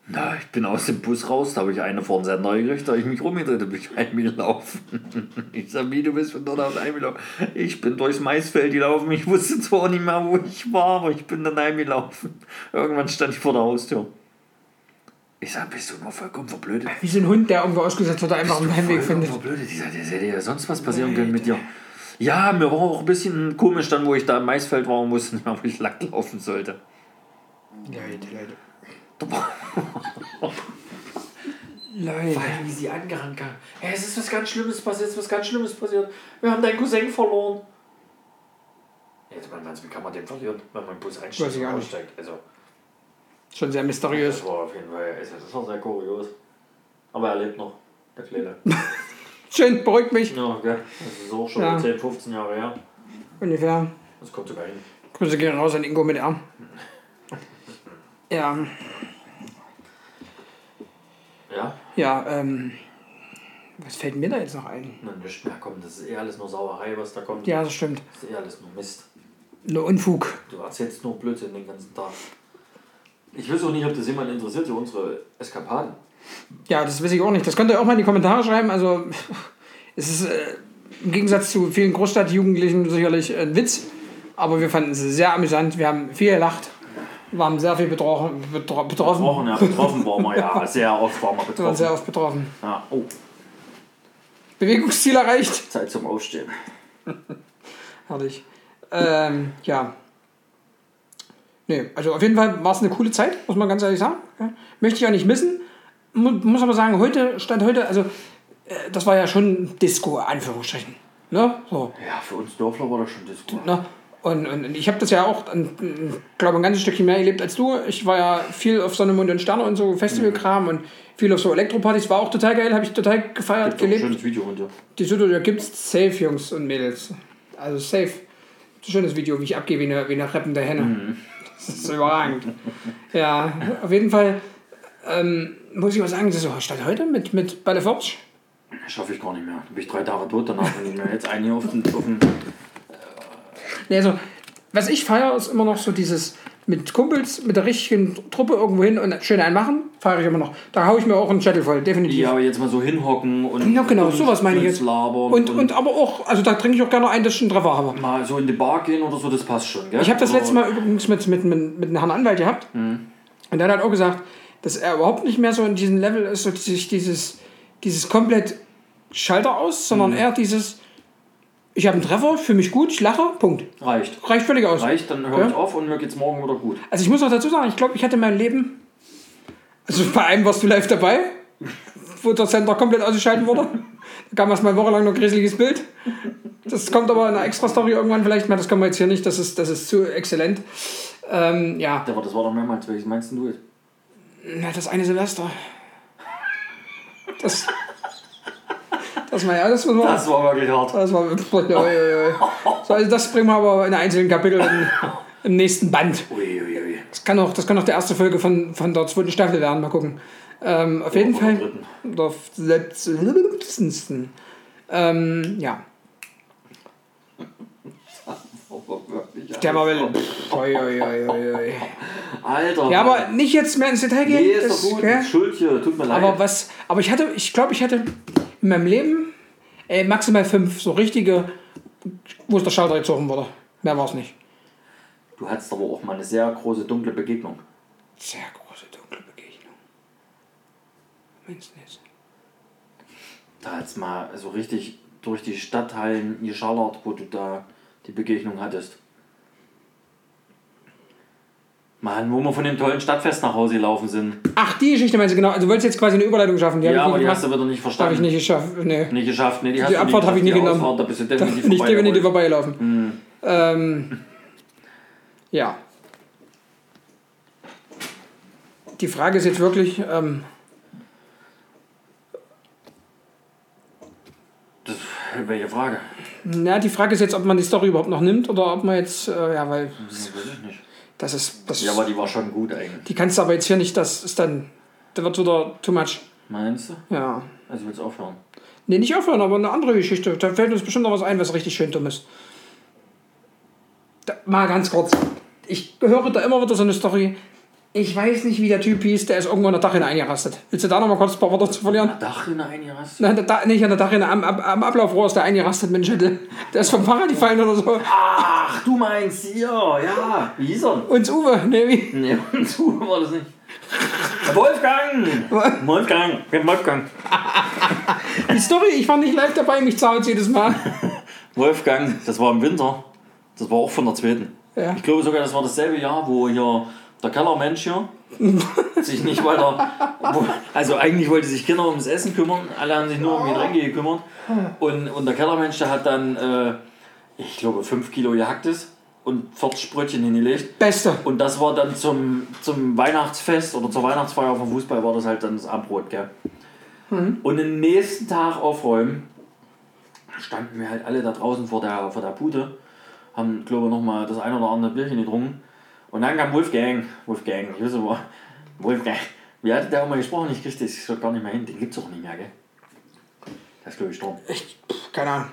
Speaker 2: Na, ich bin aus dem Bus raus, da habe ich eine vor den Sender gekriegt, da habe ich mich rumgedreht und bin ich eingelaufen. Ich sag, wie, du bist von dort aus eingelaufen. Ich bin durchs Maisfeld gelaufen, ich wusste zwar nicht mehr, wo ich war, aber ich bin dann eingelaufen. Irgendwann stand ich vor der Haustür. Ich sag, bist du mal vollkommen verblödet?
Speaker 1: Wie so ein Hund, der irgendwo ausgesetzt wird, einfach einen Heimweg findet.
Speaker 2: Blöde, dieser, der hätte ja sonst was passieren können mit dir. Ja, mir war auch ein bisschen komisch dann, wo ich da im Maisfeld war und wusste nicht mehr, wo ich lang laufen sollte.
Speaker 1: Leute, Leute. Leute.
Speaker 3: Wie sie angerannt kam. Hey, es ist was ganz Schlimmes passiert, es ist was ganz Schlimmes passiert. Wir haben deinen Cousin verloren. Jetzt mein Mann, wie kann man den verlieren, wenn man im Bus
Speaker 1: Weiß
Speaker 3: einsteigt
Speaker 1: ich
Speaker 3: und
Speaker 1: auch nicht.
Speaker 3: aussteigt? Also,
Speaker 1: Schon sehr mysteriös.
Speaker 3: das war auf jeden Fall, also, das war sehr kurios. Aber er lebt noch, der Kleine.
Speaker 1: Schön, beruhigt mich.
Speaker 3: Ja, gell. Das ist auch schon
Speaker 1: Ja.
Speaker 3: 10, 15 Jahre her.
Speaker 1: Ungefähr.
Speaker 3: Das kommt sogar hin.
Speaker 1: Grüße gehen raus an Ingo mit R. Ja,
Speaker 3: Ja,
Speaker 1: ja, ähm. Was fällt mir da jetzt noch ein?
Speaker 3: Na, nichts mehr kommt. Das ist eh alles nur Sauerei, was da kommt.
Speaker 1: Ja, das stimmt.
Speaker 3: Das ist eh alles nur Mist.
Speaker 1: Nur Unfug.
Speaker 3: Du erzählst nur Blödsinn den ganzen Tag. Ich weiß auch nicht, ob das jemand interessiert, so unsere Eskapaden.
Speaker 1: Ja, das weiß ich auch nicht. Das könnt ihr auch mal in die Kommentare schreiben. Also, es ist äh, im Gegensatz zu vielen Großstadtjugendlichen sicherlich ein Witz. Aber wir fanden es sehr amüsant. Wir haben viel gelacht, waren sehr viel betroffen. Betro betroffen.
Speaker 2: Betroffen, ja, betroffen waren wir ja. Sehr oft waren wir
Speaker 1: Wir waren sehr
Speaker 2: betroffen.
Speaker 1: oft betroffen.
Speaker 2: Ja, oh,
Speaker 1: Bewegungsziel erreicht.
Speaker 2: Zeit zum Aufstehen.
Speaker 1: Herrlich. Ähm, ja. Nee, also auf jeden Fall war es eine coole Zeit, muss man ganz ehrlich sagen. Ja. Möchte ich auch nicht missen. Mu muss aber sagen, heute, Stand heute, also äh, das war ja schon Disco, Anführungsstrichen. Ne? So.
Speaker 2: Ja, für uns Dörfler war das schon Disco.
Speaker 1: Ne? Und, und und ich habe das ja auch, ähm, glaube ein ganzes Stückchen mehr erlebt als du. Ich war ja viel auf Sonne, Mond und Sterne und so Festivalkram und viel auf so Elektropartys. War auch total geil, habe ich total gefeiert,
Speaker 2: Gibt doch ein
Speaker 1: gelebt.
Speaker 2: schönes Video runter.
Speaker 1: Die Sudo, da gibt's safe, Jungs und Mädels. Also safe. Schönes Video, wie ich abgehe wie eine, wie eine rappende Henne. Das ist überragend. ja, auf jeden Fall ähm, muss ich mal sagen, das ist so statt heute mit, mit Balle Forsch.
Speaker 2: Schaffe ich gar nicht mehr. Da bin ich drei Tage tot danach. Und mir jetzt einen hier auf den, auf den
Speaker 1: Nee, also, was ich feiere, ist immer noch so dieses mit Kumpels, mit der richtigen Truppe irgendwo hin und schön einmachen, feiere ich immer noch. Da hau ich mir auch einen Shuttle voll, definitiv.
Speaker 2: Ja, aber jetzt mal so hinhocken und.
Speaker 1: Ja, genau, sowas meine ich
Speaker 2: und
Speaker 1: jetzt.
Speaker 2: Labern
Speaker 1: Und, und aber auch, also da trinke ich auch gerne ein, dass ich einen Treffer habe.
Speaker 2: mal so in die Bar gehen oder so, das passt schon, gell?
Speaker 1: Ich
Speaker 2: Also
Speaker 1: habe das
Speaker 2: Aber-
Speaker 1: letzte Mal übrigens mit, mit, mit, mit einem Herrn Anwalt gehabt. Und der hat halt auch gesagt, dass er überhaupt nicht mehr so in diesem Level ist, so sich dieses, dieses komplett Schalter aus, sondern eher dieses, ich habe einen Treffer, fühle mich gut, ich lache, Punkt.
Speaker 2: Reicht.
Speaker 1: Reicht völlig aus.
Speaker 2: Reicht, dann höre
Speaker 1: Ja.
Speaker 2: ich auf und mir geht's morgen wieder gut.
Speaker 1: Also ich muss noch dazu sagen, ich glaube, ich hatte mein Leben, also bei einem warst du live dabei, wo der Center komplett ausgeschalten wurde. Da kam erstmal wochenlang noch ein gruseliges Bild. Das kommt aber in einer Extra-Story irgendwann vielleicht mal, das können wir jetzt hier nicht, das ist, das ist zu exzellent. Ähm, ja,
Speaker 2: Aber das war doch mehrmals, welches meinst denn du jetzt?
Speaker 1: na, das eine Silvester. Das, das war ja, das war, das,
Speaker 2: Das war wirklich hart.
Speaker 1: das war, uiuiui. So, also das bringen wir aber in einzelnen Kapitel im, im nächsten Band.
Speaker 2: Uiuiui.
Speaker 1: Das kann auch, das kann auch die erste Folge von, von der zweiten Staffel werden. Mal gucken. Ähm, auf jeden
Speaker 2: von der
Speaker 1: Fall. Oder auf selbst- selbstendsten. Ähm, ja.
Speaker 2: Aber wirklich, ja.
Speaker 1: Der war will. Oi, oi, oi, oi, oi.
Speaker 2: Alter.
Speaker 1: Ja, aber nicht jetzt mehr ins Detail gehen.
Speaker 2: Nee, ist
Speaker 1: das-
Speaker 2: doch gut.
Speaker 1: gell?
Speaker 2: Schuld hier, tut mir leid.
Speaker 1: Aber was. Aber ich hatte, ich glaube, ich hatte in meinem Leben ey, maximal fünf so richtige, wo es der Schalter gezogen wurde. Mehr war es nicht.
Speaker 2: du hattest aber auch mal eine sehr große dunkle Begegnung.
Speaker 1: Sehr große dunkle Begegnung. Meinst du nicht?
Speaker 2: Da hat's mal so richtig durch die Stadthallen geschallert, wo du da die Begegnung hattest. Mann, wo wir von dem tollen Stadtfest nach Hause gelaufen sind.
Speaker 1: Ach, die Geschichte meinst du genau. Also, du wolltest jetzt quasi eine Überleitung schaffen. Die
Speaker 2: Ja,
Speaker 1: hab ich
Speaker 2: aber
Speaker 1: nicht
Speaker 2: die
Speaker 1: gemacht.
Speaker 2: hast du wieder nicht
Speaker 1: Habe
Speaker 2: verstanden.
Speaker 1: ich nicht geschafft. Nee.
Speaker 2: Nicht geschafft, nee, die, hast
Speaker 1: Die
Speaker 2: du
Speaker 1: Abfahrt
Speaker 2: nicht
Speaker 1: hab ich nie
Speaker 2: geschafft. Die
Speaker 1: genommen.
Speaker 2: Ausfahrt, da bist du
Speaker 1: Da
Speaker 2: definitiv
Speaker 1: nicht definitiv
Speaker 2: vorbeigerollt.
Speaker 1: vorbeigelaufen.
Speaker 2: Mhm.
Speaker 1: Ähm, ja. Die Frage ist jetzt wirklich, ähm,
Speaker 2: Das, welche Frage?
Speaker 1: na, die Frage ist jetzt, ob man die Story überhaupt noch nimmt oder ob man jetzt, äh, ja, weil
Speaker 2: Das weiß ich nicht.
Speaker 1: das ist, das
Speaker 2: Ja, aber die war schon gut eigentlich.
Speaker 1: die kannst du aber jetzt hier nicht, das ist dann, da wird wieder too much.
Speaker 2: Meinst du?
Speaker 1: Ja.
Speaker 2: Also willst du aufhören?
Speaker 1: Nee, nicht aufhören, aber eine andere Geschichte. Da fällt uns bestimmt noch was ein, was richtig schön dumm ist. Da, mal ganz kurz. Ich höre da immer wieder so eine Story. Ich weiß nicht, wie der Typ hieß, der ist irgendwo an der Dachrinne eingerastet. Willst du da noch mal kurz ein paar Worte zu verlieren?
Speaker 2: Dachrinne eingerasst?
Speaker 1: Nein, der Dach- nicht an der Dachrinne, am, am, am Ablaufrohr ist der eingerastet mit dem Schüttel. Der ist vom Fahrrad gefallen oder so.
Speaker 2: Ach, du meinst hier, ja. Wie hieß er?
Speaker 1: Uns Uwe, ne, wie?
Speaker 2: Nee, und zu war das nicht. Wolfgang! Wolfgang! Wir haben Wolfgang!
Speaker 1: Die Story, ich war nicht live dabei, mich zahlt jedes Mal.
Speaker 2: Wolfgang, das war im Winter. Das war auch von der zweiten.
Speaker 1: Ja.
Speaker 2: Ich glaube sogar, das war dasselbe Jahr, wo hier der Kellermensch hier sich nicht weiter. Wo, also eigentlich wollte sich Kinder ums Essen kümmern, alle haben sich nur um Getränke gekümmert. Und, und der Kellermensch, der hat dann, äh, ich glaube, 5 Kilo gehackt und 40 Brötchen hingelegt.
Speaker 1: Beste.
Speaker 2: Und das war dann zum, zum Weihnachtsfest oder zur Weihnachtsfeier vom Fußball war das halt dann das Abbrot, gell? Und den nächsten Tag aufräumen, standen wir halt alle da draußen vor der, vor der Bude, haben, glaube ich, nochmal das ein oder andere Bierchen getrunken. Und dann kam Wolfgang, Wolfgang, ich weiß aber, Wolfgang, wie hatte der auch mal gesprochen? Ich krieg das schon gar nicht mehr hin, den gibt's auch nicht mehr, gell? Das ist, glaube ich, Strom.
Speaker 1: Pff, keine Ahnung.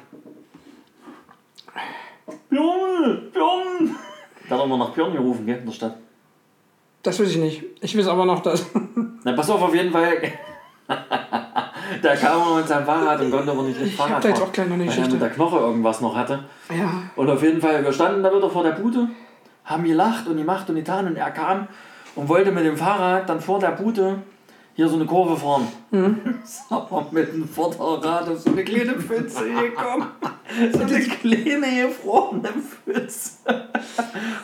Speaker 2: Björn! Björn! Da hat er immer nach Björn gerufen, gell, in der Stadt.
Speaker 1: Das weiß ich nicht. Ich weiß aber noch, dass.
Speaker 2: Na, pass auf, auf jeden Fall. da kam er mit seinem Fahrrad und konnte aber nicht richtig
Speaker 1: Ich hab
Speaker 2: Fahrrad
Speaker 1: da jetzt
Speaker 2: fahren,
Speaker 1: auch gleich noch eine
Speaker 2: Weil er mit
Speaker 1: Geschichte.
Speaker 2: der Knoche irgendwas noch hatte.
Speaker 1: Ja.
Speaker 2: Und auf jeden Fall, wir standen da wieder vor der Bude, haben gelacht und gemacht und getan und er kam und wollte mit dem Fahrrad dann vor der Bude hier so eine Kurve fahren. Ist aber mit dem Vorderrad auf so eine kleine Pfütze gekommen. so eine kleine gefrorene Pfütze.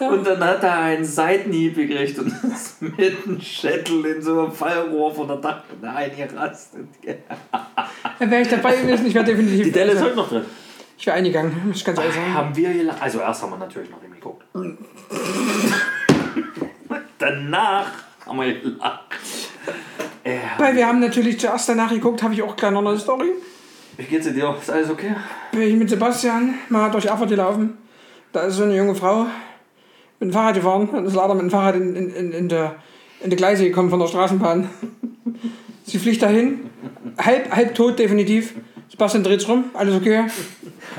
Speaker 2: Und dann hat er einen Seitenhieb gekriegt und ist mit dem Schädel in so einem Fallrohr von der Dachrinne eingerastet.
Speaker 1: Da wäre ich dabei gewesen, ich wäre definitiv.
Speaker 2: Die Delle ist heute noch drin.
Speaker 1: Ich wäre eingegangen, muss ich ganz ehrlich sagen.
Speaker 2: Haben wir gelacht? Also erst haben wir natürlich noch irgendwie geguckt. Danach haben wir gelacht. Äh,
Speaker 1: Weil wir haben natürlich zuerst danach geguckt, habe ich auch gleich noch eine Story.
Speaker 2: wie geht's dir? Ist alles okay?
Speaker 1: Bin ich mit Sebastian mal durch Erfurt gelaufen. Da ist so eine junge Frau mit dem Fahrrad gefahren und ist leider mit dem Fahrrad in, in, in, in, der, in die Gleise gekommen von der Straßenbahn. Sie fliegt dahin, halb, halb tot definitiv. Sebastian dreht rum, alles okay,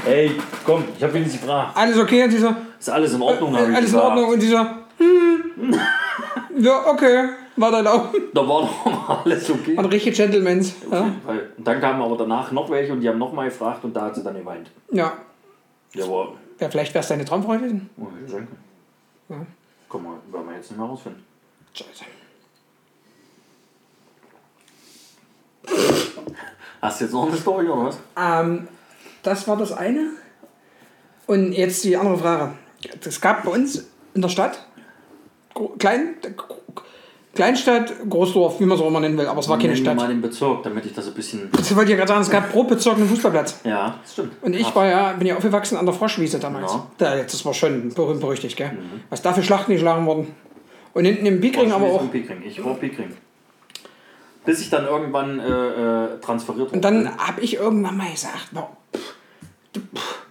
Speaker 2: Ey, komm, ich hab wenigstens gefragt.
Speaker 1: alles okay. Und sie so,
Speaker 2: Ist alles in Ordnung? hab ich
Speaker 1: alles in
Speaker 2: gesagt.
Speaker 1: Ordnung. Und sie so, hm, ja, okay, war da laufen.
Speaker 2: Da war doch mal alles okay.
Speaker 1: Und richtig Gentlemans. Ja,
Speaker 2: Weil- Und dann kamen aber danach noch welche und die haben nochmal gefragt und da hat sie dann geweint.
Speaker 1: ja.
Speaker 2: Ja, aber.
Speaker 1: ja vielleicht wär's deine Traumfrau gewesen.
Speaker 2: Oh, ich denke.
Speaker 1: Ja.
Speaker 2: Komm mal, werden wir jetzt nicht mehr rausfinden.
Speaker 1: Scheiße.
Speaker 2: Hast du jetzt noch eine Story oder was?
Speaker 1: Ähm, das war das eine. Und jetzt die andere Frage. Es gab bei uns in der Stadt, Gro- Klein, Gro- Kleinstadt, Großdorf, wie man es auch immer nennen will, aber es war keine
Speaker 2: Nenn mir mal
Speaker 1: Stadt.
Speaker 2: den Bezirk, damit ich das ein bisschen.
Speaker 1: Ich wollte ja gerade sagen, es gab pro Bezirk einen Fußballplatz.
Speaker 2: Ja, das stimmt.
Speaker 1: Und ich war ja, bin ja aufgewachsen an der Froschwiese damals.
Speaker 2: Ja.
Speaker 1: Da, jetzt ist war schon berühmt berüchtigt, gell? Was da für Schlachten geschlagen wurden. Und hinten im Piekring aber auch.
Speaker 2: Schmissen Pickring. Ich war Pickring. Bis ich dann irgendwann äh, äh, transferiert wurde.
Speaker 1: Und dann habe ich irgendwann mal gesagt, wow, pff, du, pff,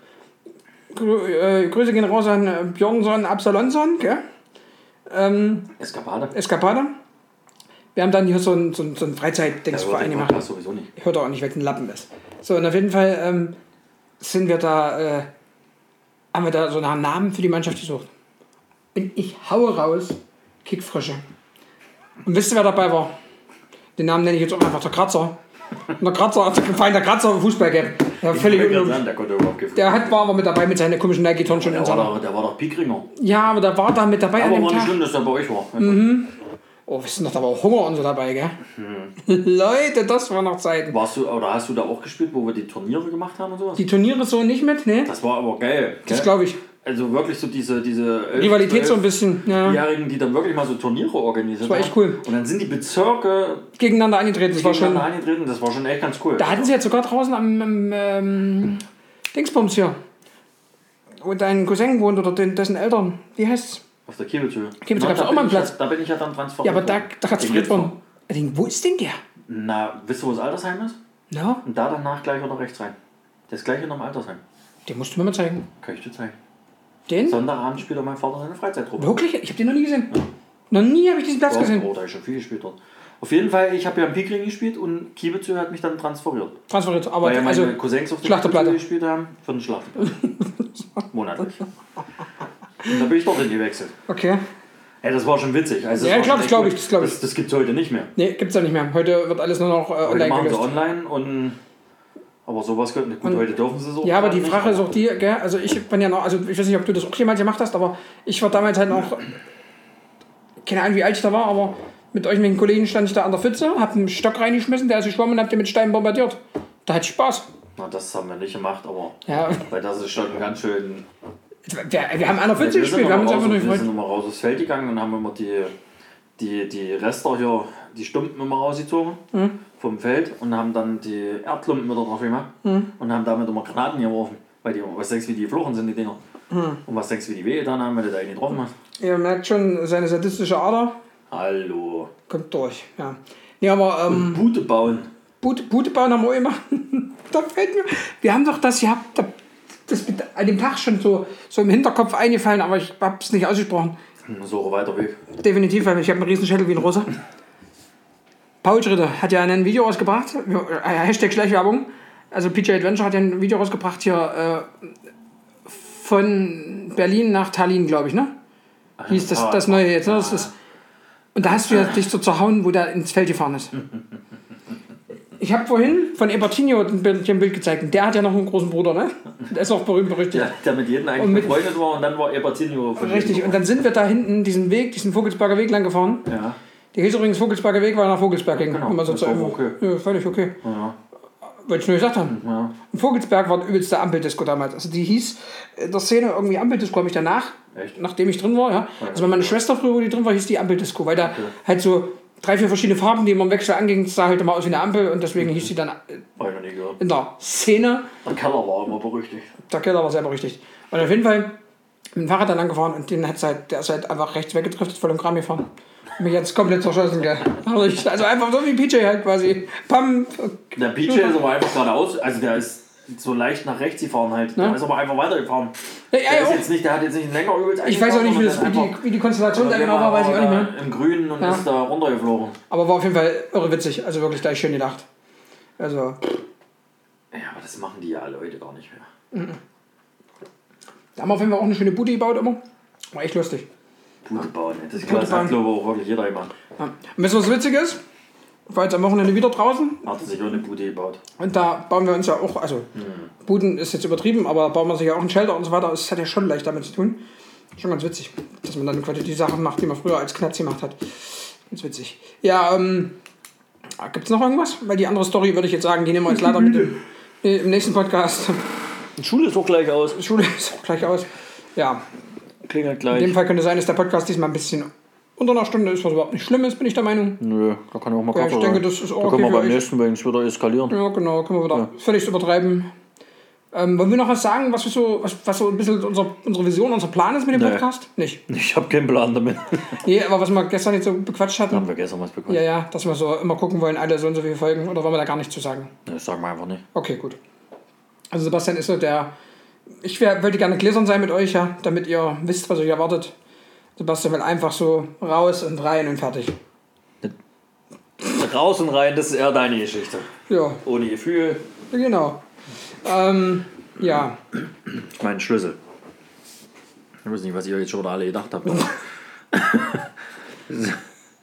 Speaker 1: grü äh, Grüße gehen raus an äh, Björnson, Absalonson, gell? Ähm,
Speaker 2: Eskapade.
Speaker 1: Eskapade. Wir haben dann hier so ein, so ein, so ein Freizeitdingsverein
Speaker 2: wurde
Speaker 1: gemacht.
Speaker 2: Das sowieso nicht.
Speaker 1: Ich hörte auch nicht, welchen Lappen ist. So, und auf jeden Fall ähm, sind wir da, äh, haben wir da so einen Namen für die Mannschaft gesucht. Und ich haue raus, Kickfrösche. Und wisst ihr, wer dabei war? Den Namen nenne ich jetzt auch einfach der Kratzer. Und der Kratzer, also gefallen der Kratzer im Fußball Ja, völlig
Speaker 2: Ich
Speaker 1: unlogisch.
Speaker 2: sagen, der konnte überhaupt gefühlt.
Speaker 1: Der hat, war aber mit dabei mit seinen komischen Nike-Turnschuhen und
Speaker 2: der war
Speaker 1: so.
Speaker 2: doch, der war doch Pickringer.
Speaker 1: Ja, aber der war da mit dabei an
Speaker 2: Aber
Speaker 1: dem
Speaker 2: war nicht
Speaker 1: Tag. Mhm.
Speaker 2: schlimm, dass er bei euch war.
Speaker 1: Oh, wir sind doch da war auch Hunger und so dabei, gell?
Speaker 2: Hm.
Speaker 1: Leute, das waren noch Zeiten.
Speaker 2: Warst du, oder hast du da auch gespielt, wo wir die Turniere gemacht haben und sowas?
Speaker 1: Die Turniere so nicht mit, ne?
Speaker 2: Das war aber geil.
Speaker 1: Das
Speaker 2: gell?
Speaker 1: glaube ich.
Speaker 2: Also wirklich so diese, diese elf,
Speaker 1: Rivalität so ein
Speaker 2: zwölf-
Speaker 1: bisschen. Ja.
Speaker 2: Jährigen, die dann wirklich mal so Turniere organisiert haben.
Speaker 1: war echt cool.
Speaker 2: Und dann sind die Bezirke
Speaker 1: gegeneinander angetreten. Das war schon.
Speaker 2: gegeneinander angetreten. Das war schon echt ganz cool.
Speaker 1: Da hatten sie jetzt sogar draußen am, am ähm, Dingsbums hier, wo dein Cousin wohnt oder den, dessen Eltern. Wie heißt's?
Speaker 2: Auf der Kiebeltür.
Speaker 1: Kiebeltür
Speaker 2: Na,
Speaker 1: gab's
Speaker 2: da
Speaker 1: auch
Speaker 2: bin
Speaker 1: mal einen
Speaker 2: ich ja-
Speaker 1: Platz.
Speaker 2: Da bin ich ja dann transferiert.
Speaker 1: Ja, aber da,
Speaker 2: worden.
Speaker 1: da hat's um.
Speaker 2: Den
Speaker 1: friert
Speaker 2: gibt's noch.
Speaker 1: worden. Ich denk, wo ist denn der?
Speaker 2: Na, wisst ihr, wo das Altersheim ist?
Speaker 1: Na,
Speaker 2: Und da danach gleich oder rechts rein. Das gleiche noch im Altersheim.
Speaker 1: den musst du mir mal zeigen.
Speaker 2: Kann ich dir zeigen.
Speaker 1: Den?
Speaker 2: Sonderabend spielt auch mein Vater seine Freizeitgruppe.
Speaker 1: Wirklich? Ich habe den noch nie gesehen. Noch nie habe ich diesen Platz gesehen.
Speaker 2: Oh, da ist schon viel gespielt dort. Auf jeden Fall, ich habe ja im Pickring gespielt und Kiebezö hat mich dann transferiert.
Speaker 1: Transferiert. Aber
Speaker 2: Weil
Speaker 1: der,
Speaker 2: ja meine
Speaker 1: also,
Speaker 2: Cousins auf der
Speaker 1: Schlachterplatte.
Speaker 2: Kiebeltür gespielt haben, für den Schlachterplatte. Monatlich. Und da bin ich dorthin gewechselt.
Speaker 1: okay.
Speaker 2: Ey, das war schon witzig. Also, das
Speaker 1: Ja,
Speaker 2: war
Speaker 1: glaub
Speaker 2: schon
Speaker 1: ich,
Speaker 2: echt
Speaker 1: glaub
Speaker 2: cool.
Speaker 1: ich, das glaub ich.
Speaker 2: Das, das gibt es heute nicht mehr.
Speaker 1: Nee, gibt's ja nicht mehr. Heute wird alles nur noch äh,
Speaker 2: Heute
Speaker 1: online
Speaker 2: machen sie
Speaker 1: gelöst.
Speaker 2: online und. Aber sowas könnte. Gut, heute dürfen sie so.
Speaker 1: Ja, aber die Frage ist auch die, gell? also ich bin ja noch, also ich weiß nicht, ob du das auch jemand gemacht hast, aber ich war damals halt noch, keine Ahnung, wie alt ich da war, aber mit euch, mit den Kollegen stand ich da an der Pfütze, hab einen Stock reingeschmissen, der ist geschwommen und hab den mit Steinen bombardiert. Da hat Spaß.
Speaker 2: Na, das haben wir nicht gemacht, aber.
Speaker 1: Ja,
Speaker 2: Weil das ist schon ganz schön.
Speaker 1: wir, wir haben an der Pfütze
Speaker 2: wir sind
Speaker 1: gespielt, wir haben uns
Speaker 2: nochmal
Speaker 1: einfach nur
Speaker 2: raus, wir sind
Speaker 1: gefreut.
Speaker 2: nochmal raus aufs Feld gegangen und haben immer die, die, die Rester hier, die Stumpen immer rausgezogen
Speaker 1: Mhm.
Speaker 2: vom Feld und haben dann die Erdklumpen wieder drauf gemacht
Speaker 1: Mhm.
Speaker 2: und haben damit immer Granaten geworfen. Weil die, was denkst du, wie die geflogen sind, die Dinger?
Speaker 1: Mhm.
Speaker 2: Und was denkst du, wie die Wehe dann haben, wenn du da einen getroffen hast?
Speaker 1: Ihr merkt schon, seine sadistische Ader
Speaker 2: Hallo.
Speaker 1: kommt durch, ja. Nee, aber ähm,
Speaker 2: Bude bauen.
Speaker 1: Bude, Bude bauen haben wir auch gemacht. da fällt mir, wir haben doch das gehabt, da, das ist mir an dem Tag schon so, so im Hinterkopf eingefallen, aber ich hab's nicht ausgesprochen.
Speaker 2: So weiter Weg.
Speaker 1: Definitiv, weil ich habe einen riesen Schädel wie ein Rosa. Paul Schritte hat ja ein Video rausgebracht, wir- äh, Hashtag Schleichwerbung, Also PJ Adventure hat ja ein Video rausgebracht hier äh, von Berlin nach Tallinn, glaube ich, ne? Hieß das,
Speaker 2: Ah,
Speaker 1: das neue jetzt, ne? Das ist, und da hast du ja dich so zerhauen, wo der ins Feld gefahren ist. Ich habe vorhin von Ebertinho ein Bild, dir ein Bild gezeigt. Und der hat ja noch einen großen Bruder, ne? Der ist auch berühmt berüchtigt.
Speaker 3: Ja, der mit jedem
Speaker 1: Und
Speaker 3: eigentlich
Speaker 1: mit-
Speaker 3: befreundet war und dann war Ebertinho von
Speaker 1: Richtig. Und dann sind wir da hinten diesen Weg, diesen Vogelsberger Weg lang gefahren.
Speaker 3: Ja,
Speaker 1: Der hieß übrigens Vogelsberger Weg, weil er nach Vogelsberg ging.
Speaker 3: Genau,
Speaker 1: Immer so
Speaker 3: das
Speaker 1: zur
Speaker 3: war
Speaker 1: Info.
Speaker 3: okay.
Speaker 1: Ja, völlig okay.
Speaker 3: ja,
Speaker 1: Wollte ich nur gesagt haben.
Speaker 3: ja.
Speaker 1: Und Vogelsberg war die übelste Ampeldisco damals. Also die hieß äh, in der Szene irgendwie Ampeldisco, habe ich danach,
Speaker 3: Echt?
Speaker 1: nachdem ich drin war, ja. Also bei meiner Schwester früher, wo die drin war, hieß die Ampeldisco, weil da halt so drei, vier verschiedene Farben, die immer im Wechsel angingen, sah halt immer aus wie eine Ampel und deswegen hieß die dann äh,
Speaker 3: Hab ich noch nie gehört.
Speaker 1: in der Szene
Speaker 3: Der Keller war immer berüchtigt.
Speaker 1: der Keller war selber richtig. Und auf jeden Fall mit dem Fahrrad dann angefahren und den hat's halt, der ist halt einfach rechts weggedriftet, voll im Kram gefahren. Mich jetzt komplett zerschossen, gell. Also einfach so wie PJ halt quasi. Pam.
Speaker 3: Der PJ ist aber einfach geradeaus, also der ist so leicht nach rechts gefahren halt. Der
Speaker 1: Ja.
Speaker 3: ist aber einfach weitergefahren.
Speaker 1: Ja,
Speaker 3: Der,
Speaker 1: ja,
Speaker 3: ist
Speaker 1: auch.
Speaker 3: jetzt nicht, der hat jetzt nicht einen länger übelst
Speaker 1: oh. Ich weiß auch nicht, wie, das, wie,
Speaker 3: sondern der ist
Speaker 1: die, wie die Konstellation da
Speaker 3: einfach-
Speaker 1: genau war, weiß ich auch nicht mehr.
Speaker 3: Im Grünen und
Speaker 1: Ja.
Speaker 3: ist da runtergeflogen.
Speaker 1: Aber war auf jeden Fall irre witzig. Also wirklich gleich schön gedacht. Also,
Speaker 3: Ja, aber das machen die ja alle heute gar nicht mehr.
Speaker 1: da haben wir auf jeden Fall auch eine schöne Bude gebaut immer. War echt lustig.
Speaker 3: Bude bauen, das,
Speaker 1: Bude
Speaker 3: das hat
Speaker 1: bauen.
Speaker 3: glaube ich auch wirklich jeder gemacht.
Speaker 1: Ja. Und wisst ihr, was witzig ist? Ich war jetzt am Wochenende wieder draußen
Speaker 3: Hat sich auch eine Bude gebaut.
Speaker 1: und da bauen wir uns ja auch, also Buden ist jetzt übertrieben, aber da bauen wir sich ja auch einen Shelter und so weiter. Das hat ja schon leicht damit zu tun. Schon ganz witzig, dass man dann quasi die Sachen macht, die man früher als Knatz gemacht hat. Ganz witzig. Ja, ähm, gibt es noch irgendwas? Weil die andere Story würde ich jetzt sagen, die nehmen wir jetzt leider mit im, äh, im nächsten Podcast.
Speaker 2: Die Schule ist doch gleich aus.
Speaker 1: Schule ist auch gleich aus. Ja,
Speaker 2: Klingelt
Speaker 1: In dem
Speaker 2: gleich.
Speaker 1: Fall könnte sein, dass der Podcast diesmal ein bisschen unter einer Stunde ist, was überhaupt nicht schlimm ist, bin ich der Meinung.
Speaker 2: Nö, da kann ich auch mal
Speaker 1: Ja,
Speaker 2: Kaffee
Speaker 1: ich denke,
Speaker 2: rein.
Speaker 1: das ist auch
Speaker 2: Da
Speaker 1: okay
Speaker 2: können wir
Speaker 1: für
Speaker 2: beim
Speaker 1: euch.
Speaker 2: nächsten, wenn es wieder eskalieren.
Speaker 1: Ja, genau, können wir wieder völlig übertreiben. Ähm, wollen wir noch was sagen, was, wir so, was, was so ein bisschen unser, unsere Vision, unser Plan ist mit dem
Speaker 2: Nee.
Speaker 1: Podcast? Nicht.
Speaker 2: Ich habe keinen Plan damit.
Speaker 1: Nee, aber was wir gestern jetzt so bequatscht hatten,
Speaker 2: haben wir gestern was bekommen.
Speaker 1: ja, ja, dass wir so immer gucken wollen, alle so und so viele Folgen, oder wollen wir da gar nichts zu sagen?
Speaker 2: Das sagen wir einfach nicht.
Speaker 1: Okay, gut. Also Sebastian ist so der. Ich wär, wollte gerne gläsern sein mit euch, ja, damit ihr wisst, was euch erwartet. Sebastian will einfach so raus und rein und fertig.
Speaker 2: Raus und rein, das ist eher deine Geschichte.
Speaker 1: Ja,
Speaker 2: Ohne Gefühl.
Speaker 1: genau. Ähm, ja,
Speaker 2: Ich meine, Schlüssel. Ich weiß nicht, was ihr jetzt schon alle gedacht habt. aber-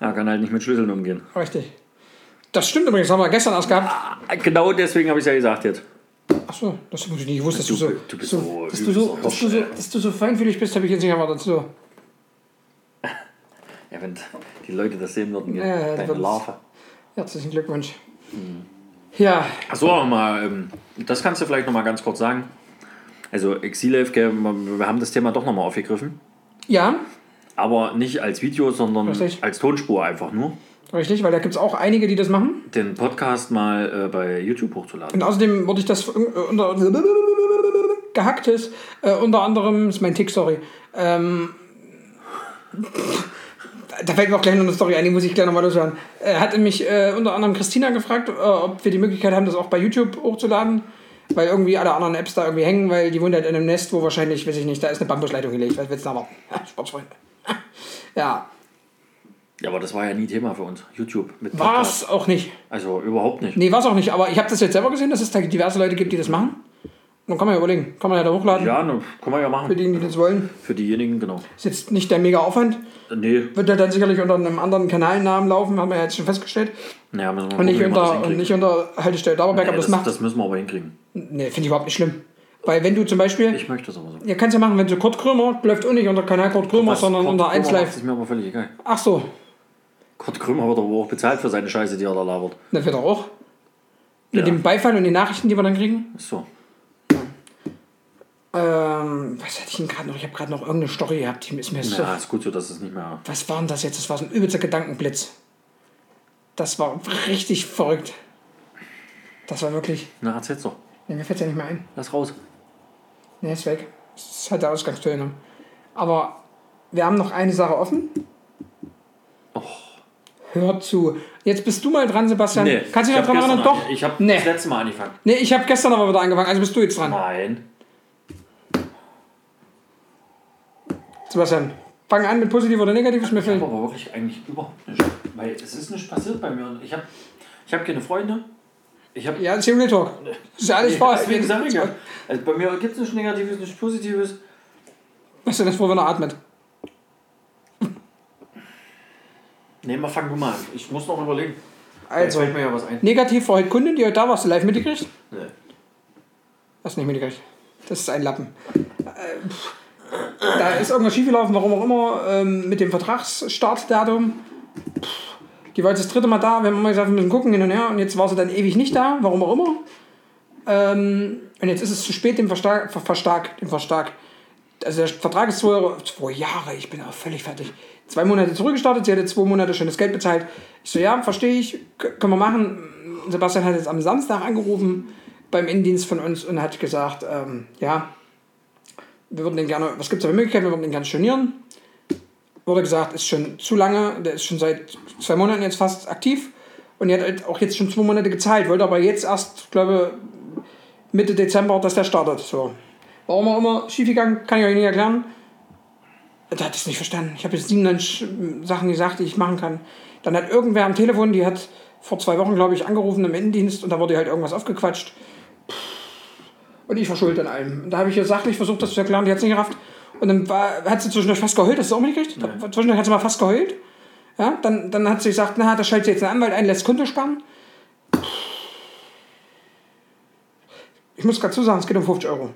Speaker 2: er kann halt nicht mit Schlüsseln umgehen.
Speaker 1: richtig. Das stimmt übrigens, haben wir gestern erst gehabt.
Speaker 2: Genau deswegen habe ich es ja gesagt jetzt.
Speaker 1: Achso, das wusste ich nicht. Ich wusste, dass du,
Speaker 2: Du
Speaker 1: so,
Speaker 2: bi- du bist so
Speaker 1: dass du so,
Speaker 2: übelster
Speaker 1: dass du so,
Speaker 2: Hirsch, ey.
Speaker 1: dass du so feinfühlig bist, habe ich jetzt nicht erwartet. So.
Speaker 2: Ja, wenn die Leute das sehen würden,
Speaker 1: Ja, ja,
Speaker 2: ja, deine
Speaker 1: das-
Speaker 2: Larve.
Speaker 1: Herzlichen Glückwunsch. Ja,
Speaker 2: Achso, aber mal, ähm, das kannst du vielleicht nochmal ganz kurz sagen. Also Exilef, gell, wir haben das Thema doch nochmal aufgegriffen.
Speaker 1: ja,
Speaker 2: Aber nicht als Video, sondern
Speaker 1: Richtig.
Speaker 2: als Tonspur einfach nur.
Speaker 1: richtig, weil da gibt es auch einige, die das machen.
Speaker 2: Den Podcast mal äh, bei YouTube hochzuladen.
Speaker 1: Und außerdem wurde ich das äh, unter gehacktes, äh, unter anderem, ist mein Tick, sorry. Ähm, da fällt mir auch gleich noch eine Story ein, die muss ich gleich nochmal loswerden. Äh, hatte mich äh, unter anderem Christina gefragt, äh, ob wir die Möglichkeit haben, das auch bei YouTube hochzuladen. Weil irgendwie alle anderen Apps da irgendwie hängen, weil die wohnt halt in einem Nest, wo wahrscheinlich, weiß ich nicht, da ist eine Bambusleitung gelegt. Was willst du da machen? Sportsfreunde. Ja,
Speaker 2: Ja, aber das war ja nie Thema für uns. YouTube mit Podcast.
Speaker 1: war's auch nicht.
Speaker 2: Also überhaupt nicht.
Speaker 1: Nee, war's auch nicht, aber ich habe das jetzt selber gesehen, dass es da diverse Leute gibt, die das machen. Und dann kann man ja überlegen, kann man ja da hochladen.
Speaker 2: Ja, ne, kann man ja
Speaker 1: Für
Speaker 2: machen.
Speaker 1: diejenigen, die das wollen.
Speaker 2: Für diejenigen, genau.
Speaker 1: Ist jetzt nicht der mega Aufwand.
Speaker 2: Nee,
Speaker 1: Wird ja dann sicherlich unter einem anderen Kanalnamen laufen, haben wir ja jetzt schon festgestellt.
Speaker 2: naja, müssen wir mal
Speaker 1: Und nicht
Speaker 2: gucken, wie wir das
Speaker 1: unter, und
Speaker 2: hinkriegen.
Speaker 1: nicht unter Haltestelle Dauerberg,
Speaker 2: Nee,
Speaker 1: aber das,
Speaker 2: das,
Speaker 1: macht.
Speaker 2: das müssen wir aber hinkriegen.
Speaker 1: nee, finde ich überhaupt nicht schlimm. Weil wenn du zum Beispiel.
Speaker 2: Ich möchte das aber so.
Speaker 1: Ihr kannst ja machen, wenn du Kurt Krömer, läuft auch nicht unter Kanal Kurt Krömer, sondern
Speaker 2: Kurt
Speaker 1: unter
Speaker 2: Krömer
Speaker 1: 1
Speaker 2: macht,
Speaker 1: Live.
Speaker 2: Ist mir aber völlig egal.
Speaker 1: Ach so,
Speaker 2: Kurt Krümmer wird aber auch bezahlt für seine Scheiße, die er da labert.
Speaker 1: das wird doch auch. Mit
Speaker 2: Ja.
Speaker 1: dem Beifall und den Nachrichten, die wir dann kriegen.
Speaker 2: Ist So.
Speaker 1: Ähm, was hatte ich denn gerade noch? Ich habe gerade noch irgendeine Story gehabt, die ist mir so
Speaker 2: Ja, ist gut so, dass es nicht mehr.
Speaker 1: Was war denn das jetzt? Das war so ein übelster Gedankenblitz. Das war richtig verrückt. Das war wirklich.
Speaker 2: Na, erzähl's doch.
Speaker 1: Nee, mir fällt ja nicht mehr ein.
Speaker 2: Lass raus.
Speaker 1: Nee, ist weg. Das ist halt der Ausgangstöne. Aber wir haben noch eine Sache offen.
Speaker 2: Oh.
Speaker 1: Hör zu. Jetzt bist du mal dran, Sebastian. Kannst du dich
Speaker 2: ich
Speaker 1: noch
Speaker 2: hab
Speaker 1: dran erinnern?
Speaker 2: gestern Oh.
Speaker 1: Doch.
Speaker 2: ange- Ich habe
Speaker 1: Nee.
Speaker 2: das letzte Mal angefangen.
Speaker 1: Nee, ich habe gestern aber wieder angefangen. Also bist du jetzt dran.
Speaker 2: Nein.
Speaker 1: Sebastian, fang an mit positiv oder negativ. Ist mir
Speaker 2: Ich habe
Speaker 1: fällt.
Speaker 2: aber wirklich eigentlich überhaupt nicht. Weil es ist nicht passiert bei mir. Ich habe ich hab keine Freunde.
Speaker 3: Ich habe
Speaker 1: Ja, das ist Chevrolet Talk. Das ist ja alles
Speaker 3: Ja,
Speaker 1: Spaß.
Speaker 3: deswegen sag ich ja.
Speaker 1: Was
Speaker 3: Also bei mir gibt es nichts Negatives, nichts Positives.
Speaker 1: ist denn das, wo wir noch atmet?
Speaker 2: Nee, mal fang du mal an. Ich muss noch überlegen.
Speaker 1: Also,
Speaker 3: Jetzt fällt mir ja was ein.
Speaker 1: negativ war heute Kundin, die heute da war. Hast du live mitgekriegt?
Speaker 3: Nee.
Speaker 1: Hast du nicht mitgekriegt. Das ist ein Lappen. Äh, pff. Da ist irgendwas schiefgelaufen, warum auch immer, ähm, mit dem Vertragsstartdatum. Pff, Die war jetzt das dritte Mal da, wir haben immer gesagt, wir müssen gucken hin und her. Und jetzt war sie dann ewig nicht da, warum auch immer. Ähm, und jetzt ist es zu spät, den Verstag, Ver Verstark, den Verstark. Also der Vertrag ist zwei, Euro, zwei Jahre, ich bin auch völlig fertig. Zwei Monate zurückgestartet, sie hatte zwei Monate schönes Geld bezahlt. Ich so, ja, verstehe ich, k- können wir machen. Sebastian hat jetzt am Samstag angerufen beim Innendienst von uns und hat gesagt, ähm, ja, wir würden den gerne, was gibt es da für Möglichkeiten, wir würden den gerne stornieren. Wurde gesagt, ist schon zu lange, der ist schon seit zwei Monaten jetzt fast aktiv und er hat halt auch jetzt schon zwei Monate gezahlt, wollte aber jetzt erst, glaube Mitte Dezember, dass der startet. So. Warum auch immer schiefgegangen, kann ich euch nicht erklären. Der hat es nicht verstanden. Ich habe jetzt 97 Sachen gesagt, die ich machen kann. Dann hat irgendwer am Telefon, die hat vor zwei Wochen, glaube ich, angerufen im Innendienst und da wurde halt irgendwas aufgequatscht. Und ich war schuld an allem. Und da habe ich ihr sachlich versucht, das zu erklären, die hat es nicht gerafft. Und dann war, hat sie zwischendurch fast geheult, hast du auch mitgekriegt? Zwischendurch hat sie mal fast geheult. Ja, dann, dann hat sie gesagt, na, da schaltet sie jetzt einen Anwalt ein, lässt Konto sparen. ich muss dazu sagen, es geht um 50 Euro.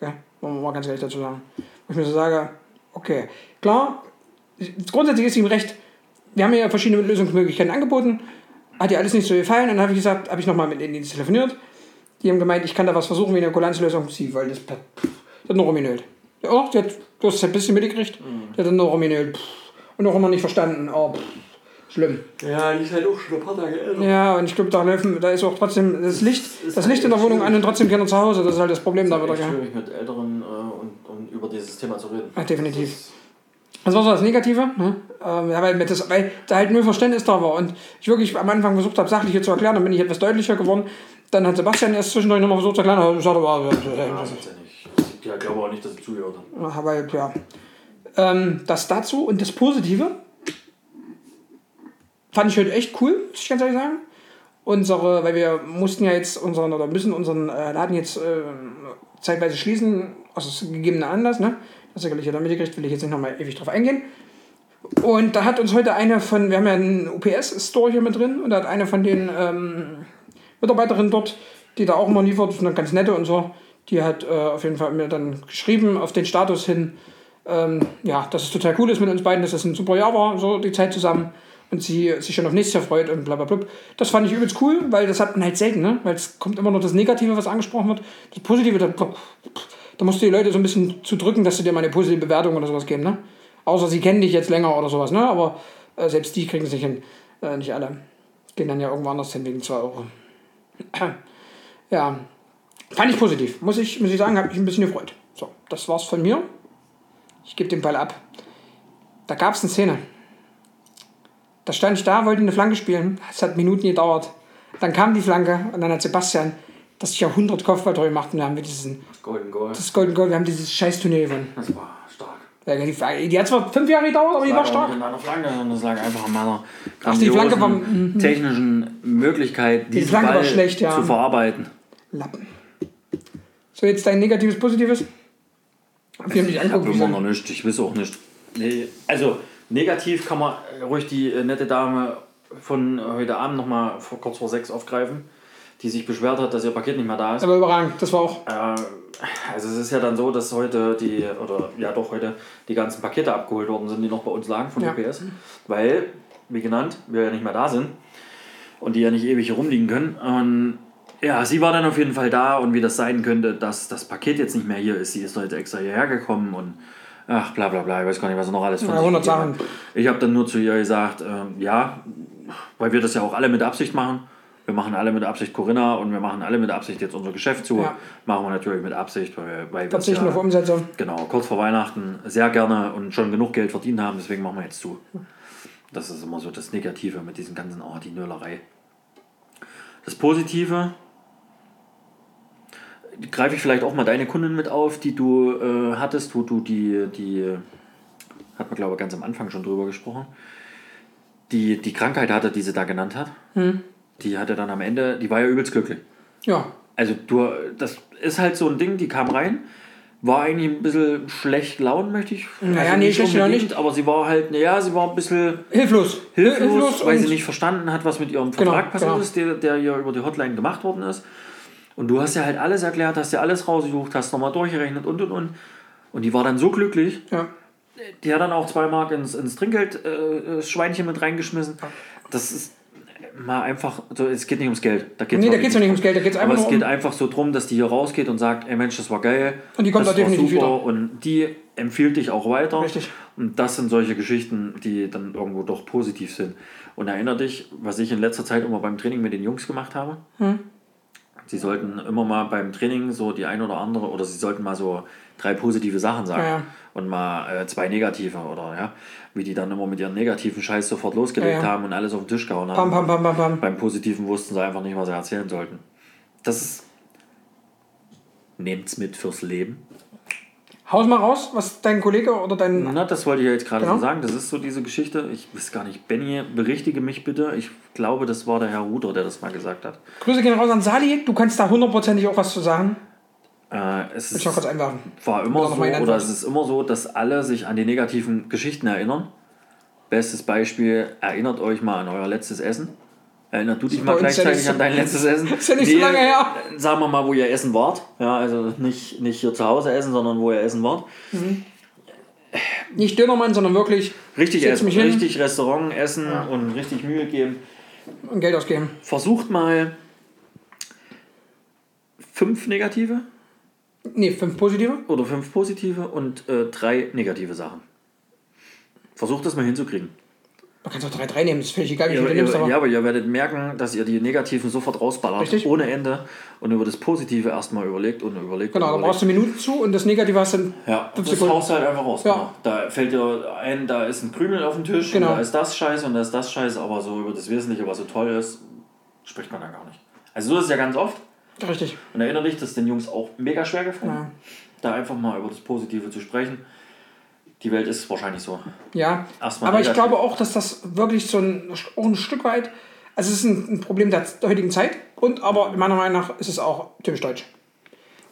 Speaker 1: Ja, wollen wir mal ganz ehrlich dazu sagen. Wo ich mir so sage, okay, klar, grundsätzlich ist ihm recht, wir haben ja verschiedene Lösungsmöglichkeiten angeboten, hat ihr alles nicht so gefallen und dann habe ich gesagt, habe ich nochmal mit denen telefoniert. Die haben gemeint, ich kann da was versuchen wie eine Kulanzlösung. Sie wollen das, per- pff, das hat nur rumgenölt. Ja, doch, die hat, du hast es halt ein bisschen mitgekriegt,
Speaker 2: Mhm.
Speaker 1: die hat dann nur rumgenölt. Pff, Und auch immer nicht verstanden, oh, pff, schlimm.
Speaker 2: Ja, die ist halt auch schon ein paar Tage älter.
Speaker 1: Ja, und ich glaube, da helfen, da ist auch trotzdem das Licht, das
Speaker 2: halt
Speaker 1: Licht in der Wohnung an und trotzdem Kinder zu Hause. Das ist halt das Problem da wieder.
Speaker 3: Echt
Speaker 1: gell?
Speaker 3: schwierig mit Älteren äh, und, und über dieses Thema zu reden.
Speaker 1: Ja, definitiv. Das war so das Negative, ne? ähm, ja, weil, mir das, weil da halt null Verständnis da war. Und ich wirklich am Anfang versucht habe, sachlich hier zu erklären, dann bin ich etwas deutlicher geworden. Dann hat Sebastian erst zwischendurch nochmal versucht zu erklären, aber ich sagte, aber,
Speaker 3: Ja, das ist ja nicht. Ich ja, glaube auch nicht, dass sie zugehört haben.
Speaker 1: ja, weil, ja. Ähm, das dazu und das Positive fand ich heute echt cool, muss ich ganz ehrlich sagen. Unsere, weil wir mussten ja jetzt unseren oder müssen unseren äh, Laden jetzt äh, zeitweise schließen, aus gegebenem Anlass, ne? Das sicherlich jeder mitgekriegt, will ich jetzt nicht nochmal ewig drauf eingehen. Und da hat uns heute eine von, wir haben ja einen UPS-Store hier mit drin und da hat eine von den ähm, Mitarbeiterinnen dort, die da auch immer liefert, ist eine ganz nette und so, die hat äh, auf jeden Fall mir dann geschrieben auf den Status hin, ähm, ja, dass es total cool ist mit uns beiden, dass es ein super Jahr war, so die Zeit zusammen und sie sich schon auf nächstes Jahr freut und bla bla bla. Das fand ich übelst cool, weil das hat man halt selten, ne? weil es kommt immer nur das Negative, was angesprochen wird, das Positive, da, da musst du die Leute so ein bisschen zu drücken, dass sie dir mal eine positive Bewertung oder sowas geben, ne? Außer sie kennen dich jetzt länger oder sowas, ne? Aber äh, selbst die kriegen es nicht hin. Äh, nicht alle. Gehen dann ja irgendwo anders hin wegen 2 Euro. ja. Fand ich positiv. Muss ich, muss ich sagen, habe mich ein bisschen gefreut. So, das war's von mir. Ich gebe den Ball ab. Da gab es eine Szene. Da stand ich da, wollte eine Flanke spielen. Es hat Minuten gedauert. Dann kam die Flanke und dann hat Sebastian das Jahrhundert Kopfballtor gemacht und dann haben wir diesen,
Speaker 3: Golden Goal.
Speaker 1: das Golden Goal, wir haben dieses scheiß Turnier gewonnen.
Speaker 3: Das war stark.
Speaker 1: Ja, Die, Flanke- die hat zwar fünf Jahre gedauert, aber die war
Speaker 2: Lag auch
Speaker 1: stark.
Speaker 2: nicht in meiner Flanke, sondern das lag einfach an meiner
Speaker 1: die Flanke
Speaker 2: grandiosen
Speaker 1: vom-
Speaker 2: technischen Möglichkeit, diesen
Speaker 1: Flanke war
Speaker 2: Ball
Speaker 1: schlecht, ja.
Speaker 2: zu verarbeiten.
Speaker 1: Lappen. So, jetzt dein negatives, positives. Hab ich nicht
Speaker 2: Ich habe
Speaker 1: angucken
Speaker 2: immer
Speaker 1: sollen.
Speaker 2: noch nichts, ich weiß auch nicht. Nee, also, negativ kann man äh, ruhig die äh, nette Dame von heute Abend nochmal vor, kurz vor sechs aufgreifen, die sich beschwert hat, dass ihr Paket nicht mehr da ist.
Speaker 1: Aber überragend, das war auch.
Speaker 2: Äh, Also es ist ja dann so, dass heute die, oder ja doch heute, die ganzen Pakete abgeholt worden sind, die noch bei uns lagen von
Speaker 1: Ja.
Speaker 2: UPS. Weil, wie genannt, wir ja nicht mehr da sind und die ja nicht ewig hier rumliegen können. Und ja, sie war dann auf jeden Fall da und wie das sein könnte, dass das Paket jetzt nicht mehr hier ist. Sie ist heute extra hierher gekommen und ach bla bla bla, ich weiß gar nicht, was er noch alles von
Speaker 1: Ja,
Speaker 2: sich
Speaker 1: 100
Speaker 2: gegeben hat.
Speaker 1: Sachen.
Speaker 2: Ich habe dann nur zu ihr gesagt, ähm, ja, weil wir das ja auch alle mit Absicht machen. Wir machen alle mit Absicht Corinna und wir machen alle mit Absicht jetzt unser Geschäft zu.
Speaker 1: Ja.
Speaker 2: Machen wir natürlich mit Absicht, weil wir, weil wir es
Speaker 1: Verzichten auf
Speaker 2: ja,
Speaker 1: Umsetzung.
Speaker 2: genau, kurz vor Weihnachten sehr gerne und schon genug Geld verdient haben, deswegen machen wir jetzt zu. Das ist immer so das Negative mit diesen ganzen, oh, die Nölerei. Das Positive greife ich vielleicht auch mal deine Kundin mit auf, die du äh, hattest, wo du die, die, hat man glaube ich ganz am Anfang schon drüber gesprochen, die die Krankheit hatte, die sie da genannt hat. Die hat er dann am Ende, die war ja übelst glücklich.
Speaker 1: Ja.
Speaker 2: Also du, das ist halt so ein Ding, die kam rein, war eigentlich ein bisschen schlecht launen, möchte ich. also
Speaker 1: Naja, nee, schlecht gelaunt
Speaker 2: unbedingt, Aber sie war halt, naja, sie war ein bisschen
Speaker 1: Äh, Hilflos.
Speaker 2: hilflos, weil
Speaker 1: und-
Speaker 2: sie nicht verstanden hat, was mit ihrem
Speaker 1: Genau,
Speaker 2: Vertrag passiert
Speaker 1: genau.
Speaker 2: ist, der, der ihr über die Hotline gemacht worden ist. Und du hast ja halt alles erklärt, hast ja alles rausgesucht, hast nochmal durchgerechnet und und und. Und die war dann so glücklich,
Speaker 1: Ja.
Speaker 2: die hat dann auch zwei Mark ins, ins Trinkgeld-Schweinchen äh, das Schweinchen mit reingeschmissen. Das ist mal einfach, so, es geht nicht ums Geld. Da geht's
Speaker 1: Nee, da
Speaker 2: wirklich
Speaker 1: geht es ja nicht ums Geld, da geht es
Speaker 2: aber
Speaker 1: einfach nur
Speaker 2: es geht
Speaker 1: um.
Speaker 2: einfach so drum, dass die hier rausgeht und sagt, ey Mensch, das war geil.
Speaker 1: Und die kommt
Speaker 2: das
Speaker 1: da definitiv wieder.
Speaker 2: Und die empfiehlt dich auch weiter.
Speaker 1: Richtig.
Speaker 2: Und das sind solche Geschichten, die dann irgendwo doch positiv sind. Und erinnere dich, was ich in letzter Zeit immer beim Training mit den Jungs gemacht habe.
Speaker 1: Hm?
Speaker 2: Sie sollten immer mal beim Training so die ein oder andere, oder sie sollten mal so drei positive Sachen sagen.
Speaker 1: Ja, ja.
Speaker 2: Und mal äh, zwei negative oder ja, wie die dann immer mit ihren negativen Scheiß sofort losgelegt
Speaker 1: Ja, ja.
Speaker 2: haben und alles auf den Tisch gehauen haben.
Speaker 1: Bam, bam, bam, bam, bam.
Speaker 2: Beim Positiven wussten sie einfach nicht, was sie erzählen sollten. Das ist. Nehmt's mit fürs Leben.
Speaker 1: Haus mal raus, was dein Kollege oder dein.
Speaker 2: Na, das wollte ich ja jetzt gerade
Speaker 1: Genau.
Speaker 2: so sagen. Das ist so diese Geschichte. Ich weiß gar nicht. Benny, berichtige mich bitte. Ich glaube, das war der Herr Ruder, der das mal gesagt hat.
Speaker 1: Grüße gehen raus an Sali, du kannst da hundertprozentig auch was zu sagen.
Speaker 2: Äh, es
Speaker 1: Ich noch kurz
Speaker 2: ist,
Speaker 1: einwerfen.
Speaker 2: war immer
Speaker 1: Oder noch
Speaker 2: so,
Speaker 1: mal in
Speaker 2: oder
Speaker 1: Antwort.
Speaker 2: es ist immer so, dass alle sich an die negativen Geschichten erinnern. Bestes Beispiel: Erinnert euch mal an euer letztes Essen. Erinnert du dich mal
Speaker 1: bei uns ja
Speaker 2: gleichzeitig
Speaker 1: nicht so-
Speaker 2: an dein letztes Essen?
Speaker 1: Ist ja nicht so lange her.
Speaker 2: sagen wir mal, wo ihr essen wart. Ja, also nicht, nicht hier zu Hause essen, sondern wo ihr essen wart.
Speaker 1: Nicht Dönermann, sondern wirklich
Speaker 2: Richtig
Speaker 1: Setz
Speaker 2: essen,
Speaker 1: mich hin.
Speaker 2: richtig Restaurant essen und richtig Mühe geben.
Speaker 1: Geld ausgeben.
Speaker 2: Versucht mal fünf negative
Speaker 1: Nee, fünf positive.
Speaker 2: oder fünf positive und äh, drei negative Sachen. Versucht das mal hinzukriegen.
Speaker 1: Man kann auch drei, drei nehmen, ist völlig egal, wie
Speaker 2: Ja,
Speaker 1: viel du nimmst,
Speaker 2: ihr,
Speaker 1: aber.
Speaker 2: ja, aber ihr werdet merken, dass ihr die Negativen sofort rausballert,
Speaker 1: Richtig.
Speaker 2: ohne Ende und über das Positive erstmal überlegt und überlegt.
Speaker 1: Genau, da
Speaker 2: und überlegt.
Speaker 1: brauchst du Minuten zu und das Negative hast du dann
Speaker 2: Ja,
Speaker 1: fünf
Speaker 2: das
Speaker 1: Sekunden.
Speaker 2: haust du halt einfach raus.
Speaker 1: Ja.
Speaker 2: Genau. Da fällt dir ein, da ist ein Krümel auf dem Tisch,
Speaker 1: Genau.
Speaker 2: und da ist das scheiße und da ist das scheiße, aber so über das Wesentliche, was so toll ist, spricht man dann gar nicht. Also so ist es ja ganz oft.
Speaker 1: Richtig.
Speaker 2: Und erinnere dich, das ist den Jungs auch mega schwer gefallen,
Speaker 1: Ja.
Speaker 2: da einfach mal über das Positive zu sprechen. Die Welt ist wahrscheinlich so.
Speaker 1: Ja,
Speaker 2: Erstmal
Speaker 1: aber ich
Speaker 2: negativ.
Speaker 1: glaube auch, dass das wirklich so ein, auch ein Stück weit, also es ist ein, ein Problem der z- der heutigen Zeit und aber meiner Meinung nach ist es auch typisch deutsch.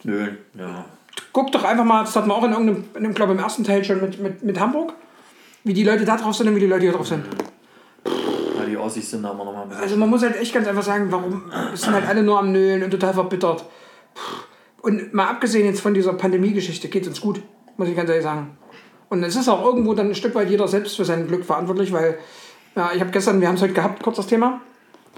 Speaker 2: Nö. Ja.
Speaker 1: Guck doch einfach mal, das hatten wir auch in irgendeinem, in einem, glaube ich, im ersten Teil schon mit, mit, mit Hamburg, wie die Leute da drauf sind und wie die Leute hier drauf sind.
Speaker 2: ja. Die Aussicht sind da immer noch mal ein bisschen.
Speaker 1: Also man muss halt echt ganz einfach sagen, warum es sind halt alle nur am Nölen und total verbittert. Und mal abgesehen jetzt von dieser Pandemie-Geschichte geht es uns gut, muss ich ganz ehrlich sagen. Und es ist auch irgendwo dann ein Stück weit jeder selbst für sein Glück verantwortlich, weil ja, ich habe gestern, wir haben es heute gehabt, kurz das Thema,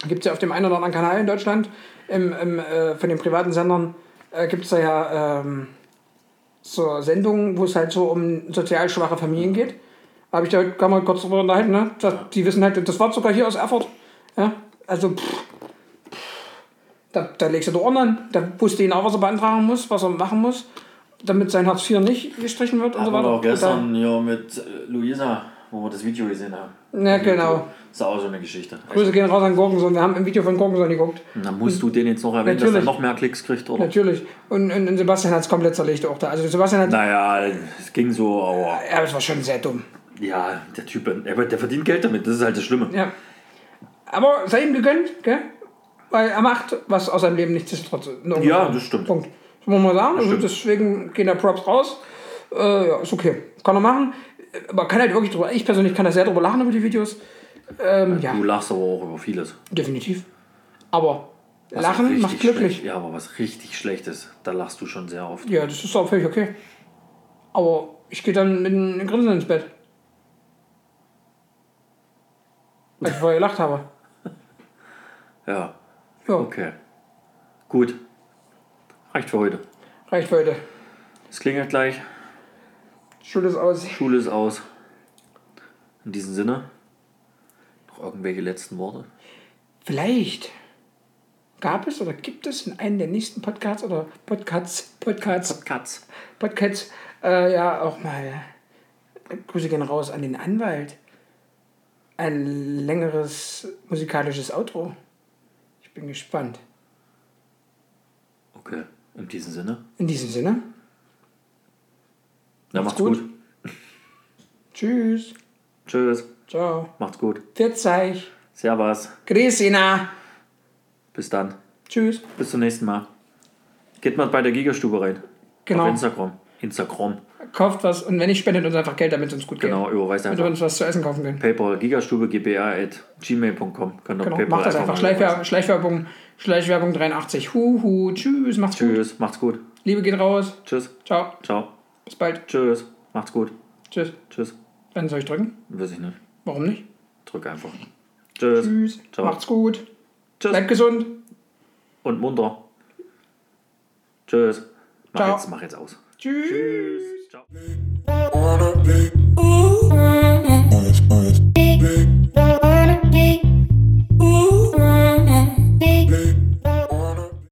Speaker 1: gibt es ja auf dem einen oder anderen Kanal in Deutschland, im, im, äh, von den privaten Sendern äh, gibt es da ja ähm, so Sendungen, wo es halt so um sozial schwache Familien geht. Habe ich da heute kann man kurz drüber unterhalten, ne? Das, Die wissen halt, das war sogar hier aus Erfurt. Ja? Also, pff, da, da legst du die Ohren an, da wusste ihn auch, was er beantragen muss, was er machen muss, damit sein Hartz IV nicht gestrichen wird und so
Speaker 2: Hatten wir
Speaker 1: weiter.
Speaker 2: doch gestern ja, mit äh, Luisa, wo wir das Video gesehen haben.
Speaker 1: Ja, genau.
Speaker 2: Ist auch so eine Geschichte.
Speaker 1: Grüße gehen raus an Gurkensohn. Wir haben ein Video von Gurkensohn geguckt.
Speaker 2: Da musst du den jetzt noch erwähnen, dass
Speaker 1: Natürlich.
Speaker 2: er noch mehr Klicks kriegt, oder?
Speaker 1: Natürlich. Und, und, und Sebastian hat es komplett zerlegt auch da. Also Sebastian hat...
Speaker 2: Naja, es ging so, aber
Speaker 1: Ja, das war schon sehr dumm.
Speaker 2: ja, der Typ, der, der verdient Geld damit, das ist halt das Schlimme.
Speaker 1: Ja. Aber sei ihm gegönnt, gell? Weil er macht was aus seinem Leben nichtsdestotrotz. Nur-
Speaker 2: Ja, das stimmt.
Speaker 1: Punkt. Das muss man sagen. Also
Speaker 2: stimmt.
Speaker 1: deswegen gehen da Props raus. Äh, ja, ist okay. Kann er machen. Man kann halt wirklich drüber... Ich persönlich kann da sehr drüber lachen über die Videos. Ähm, ja,
Speaker 2: Du lachst aber auch über vieles.
Speaker 1: definitiv. Aber
Speaker 2: Was
Speaker 1: lachen
Speaker 2: richtig
Speaker 1: macht glücklich.
Speaker 2: Schlecht, ja, aber was richtig schlecht ist, da lachst du schon sehr oft.
Speaker 1: Ja, das ist auch völlig okay. Aber ich gehe dann mit einem Grinsen ins Bett. Weil ich vorher gelacht habe.
Speaker 2: Ja,
Speaker 1: Ja,
Speaker 2: okay. Gut. Reicht für heute.
Speaker 1: reicht für heute.
Speaker 2: Es klingelt gleich,
Speaker 1: Schönes aus.
Speaker 2: Schule ist aus. In diesem Sinne, noch irgendwelche letzten Worte?
Speaker 1: Vielleicht gab es oder gibt es in einem der nächsten Podcasts oder Podcasts, Podcasts,
Speaker 2: Katz.
Speaker 1: Podcasts, äh, ja auch mal Grüße gehen raus an den Anwalt. Ein längeres musikalisches Outro. Ich bin gespannt.
Speaker 2: Okay, in diesem Sinne.
Speaker 1: In diesem Sinne,
Speaker 2: Na,
Speaker 1: Macht's
Speaker 2: macht's gut.
Speaker 1: gut. tschüss.
Speaker 2: Tschüss.
Speaker 1: Ciao.
Speaker 2: Macht's gut.
Speaker 1: Verzeih.
Speaker 2: Servus.
Speaker 1: Grüß Ina.
Speaker 2: Bis dann.
Speaker 1: Tschüss.
Speaker 2: Bis zum nächsten Mal. Geht mal bei der Gigastube rein. Auf
Speaker 1: Genau.
Speaker 2: Instagram. Instagram.
Speaker 1: Kauft was und wenn nicht, spendet uns einfach Geld, damit es uns gut geht.
Speaker 2: Genau, überweist
Speaker 1: Damit wir
Speaker 2: einfach.
Speaker 1: uns was zu essen kaufen können.
Speaker 2: PayPal, Gigastube, gba at gmail.com. Könnt ihr
Speaker 1: Genau.
Speaker 2: PayPal
Speaker 1: Macht das einfach.
Speaker 2: mal überweisen.
Speaker 1: Schleichwer Schleichwerbung, Schleichwerbung 83. Huhu. Tschüss. Macht's gut.
Speaker 2: Tschüss, macht's gut.
Speaker 1: Liebe geht raus.
Speaker 2: Tschüss,
Speaker 1: Ciao.
Speaker 2: ciao.
Speaker 1: Bis bald.
Speaker 2: Tschüss, macht's gut.
Speaker 1: Tschüss.
Speaker 2: Tschüss.
Speaker 1: Dann soll ich drücken?
Speaker 2: Weiß ich nicht.
Speaker 1: Warum nicht?
Speaker 2: Drück einfach. Tschüss.
Speaker 1: Tschüss.
Speaker 2: Ciao.
Speaker 1: Macht's gut.
Speaker 2: Tschüss.
Speaker 1: Bleibt gesund.
Speaker 2: Und munter. Tschüss. Mach
Speaker 1: Ciao.
Speaker 2: jetzt, mach jetzt aus.
Speaker 1: Tschüss.